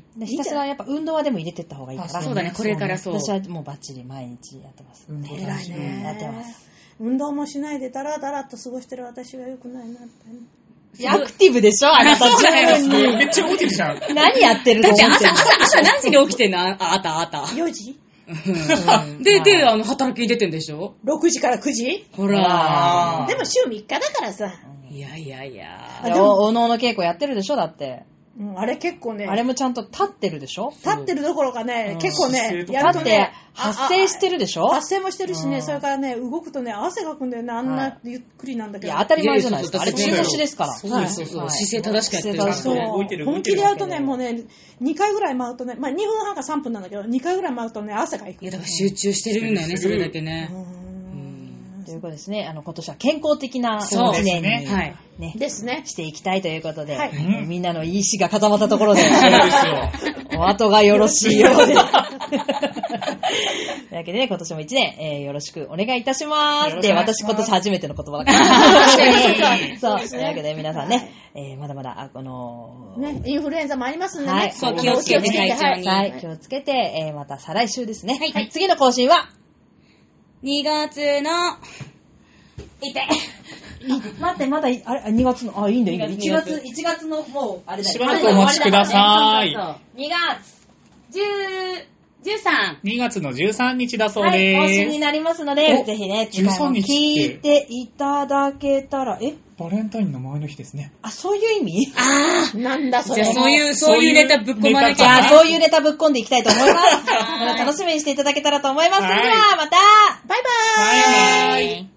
[SPEAKER 4] ね、
[SPEAKER 1] うん。
[SPEAKER 2] でひたすらやっぱ運動はでも入れてった方がいいか
[SPEAKER 3] あ
[SPEAKER 2] ら。
[SPEAKER 1] そうだね、これからそう。
[SPEAKER 2] 私はもうバッチリ毎日やってます。
[SPEAKER 3] うん
[SPEAKER 4] 偉いね
[SPEAKER 2] やってます。
[SPEAKER 4] 運動もしないでダラダラっと過ごしてる私が良くないなって
[SPEAKER 2] アクティブでしょあなた
[SPEAKER 1] そうだよ
[SPEAKER 2] 十分
[SPEAKER 3] め
[SPEAKER 2] に。
[SPEAKER 3] っちゃ動いてるじゃん。
[SPEAKER 2] 何やってるの
[SPEAKER 1] だって朝、朝何時に起きてんのあああったあった。
[SPEAKER 4] 4時
[SPEAKER 1] で、で、あの、働きに出てんでしょ
[SPEAKER 4] 6時から9時
[SPEAKER 1] ほら。
[SPEAKER 4] でも週3日だからさ。
[SPEAKER 1] いやいやいや。
[SPEAKER 2] いやおおのおの稽古やってるでしょだって。
[SPEAKER 4] うんあれ結構ね、
[SPEAKER 2] あれもちゃんと立ってるでしょ
[SPEAKER 4] 立ってるどころかね、結構ね、やる
[SPEAKER 2] 立
[SPEAKER 4] と
[SPEAKER 2] って
[SPEAKER 4] ね、
[SPEAKER 2] 発生してるでしょ
[SPEAKER 4] 発生もしてるしね、それからね、動くとね、汗がくんだよね、あんなゆっくりなんだけ
[SPEAKER 2] い
[SPEAKER 4] ど。
[SPEAKER 2] や、当たり前じゃないですか。あ
[SPEAKER 1] い
[SPEAKER 2] れ
[SPEAKER 1] やいやそ
[SPEAKER 2] 中
[SPEAKER 1] う
[SPEAKER 2] 腰ですから。
[SPEAKER 1] そうですそうそう
[SPEAKER 2] はい
[SPEAKER 1] 姿勢正しくやってる
[SPEAKER 2] 姿勢正し
[SPEAKER 3] そ
[SPEAKER 2] く
[SPEAKER 3] う
[SPEAKER 4] そう
[SPEAKER 3] 動いてる動
[SPEAKER 4] 本
[SPEAKER 3] いて
[SPEAKER 4] 気
[SPEAKER 3] る
[SPEAKER 4] でやるとね、もうね、2回ぐらい回るとね、まあ2分半か3分なんだけど、2回ぐらい回るとね、汗がいく。
[SPEAKER 1] いや、だから集中してるんだよね、それだけね。
[SPEAKER 2] ということですね。あの、今年は健康的な
[SPEAKER 1] そう
[SPEAKER 2] 一年に
[SPEAKER 3] ですね
[SPEAKER 1] はい。
[SPEAKER 2] ね
[SPEAKER 7] ですね。
[SPEAKER 2] していきたいということで、
[SPEAKER 4] はい
[SPEAKER 2] うんみんなの意志が固まったところで、
[SPEAKER 3] そうですよ。
[SPEAKER 2] お後がよろしいよう で。というわけでね、今年も一年、えーよろしくお願いいたします。で、私今年初めての言葉だから。そう、というわけで皆さんね、えーまだまだ、あこの、
[SPEAKER 7] ね、インフルエンザもありますんでね。
[SPEAKER 2] はい
[SPEAKER 1] そう、気をつけて体調に。
[SPEAKER 2] はい、気をつけて、えーまた再来週ですね。
[SPEAKER 8] はい
[SPEAKER 2] はい、次の更新は、
[SPEAKER 8] 2月の、いて。
[SPEAKER 2] 待って、まだ、あれ、2月の、あ、いいんだ、いいんだ。1
[SPEAKER 1] 2
[SPEAKER 2] 月
[SPEAKER 1] 月、
[SPEAKER 2] 1月の、もう、あれだ
[SPEAKER 3] しばらくお待ちください。
[SPEAKER 8] 2月10、13。
[SPEAKER 3] 2月の13日だそう
[SPEAKER 2] はい、更新
[SPEAKER 3] で
[SPEAKER 2] に
[SPEAKER 3] す。
[SPEAKER 2] なりますので、
[SPEAKER 3] お
[SPEAKER 2] ぜひね、次回も
[SPEAKER 3] 13
[SPEAKER 2] 聞
[SPEAKER 3] 日っ
[SPEAKER 2] いて
[SPEAKER 3] て
[SPEAKER 2] いただけたら、え
[SPEAKER 3] バレンタインの前の日ですね。
[SPEAKER 2] あ、そういう意味
[SPEAKER 7] なんだそ
[SPEAKER 1] じゃ
[SPEAKER 7] れ
[SPEAKER 1] あ、。そういう、
[SPEAKER 3] そ
[SPEAKER 1] そうう
[SPEAKER 3] い
[SPEAKER 1] いううネタぶっ込まなき
[SPEAKER 2] じ
[SPEAKER 1] ゃい
[SPEAKER 2] ゃあ、
[SPEAKER 1] けない。
[SPEAKER 2] そういうネタぶっこんでいきたいと思い ます。また楽しみにしていただけたらと思います。それでは、また
[SPEAKER 3] バイバーイ。
[SPEAKER 8] はい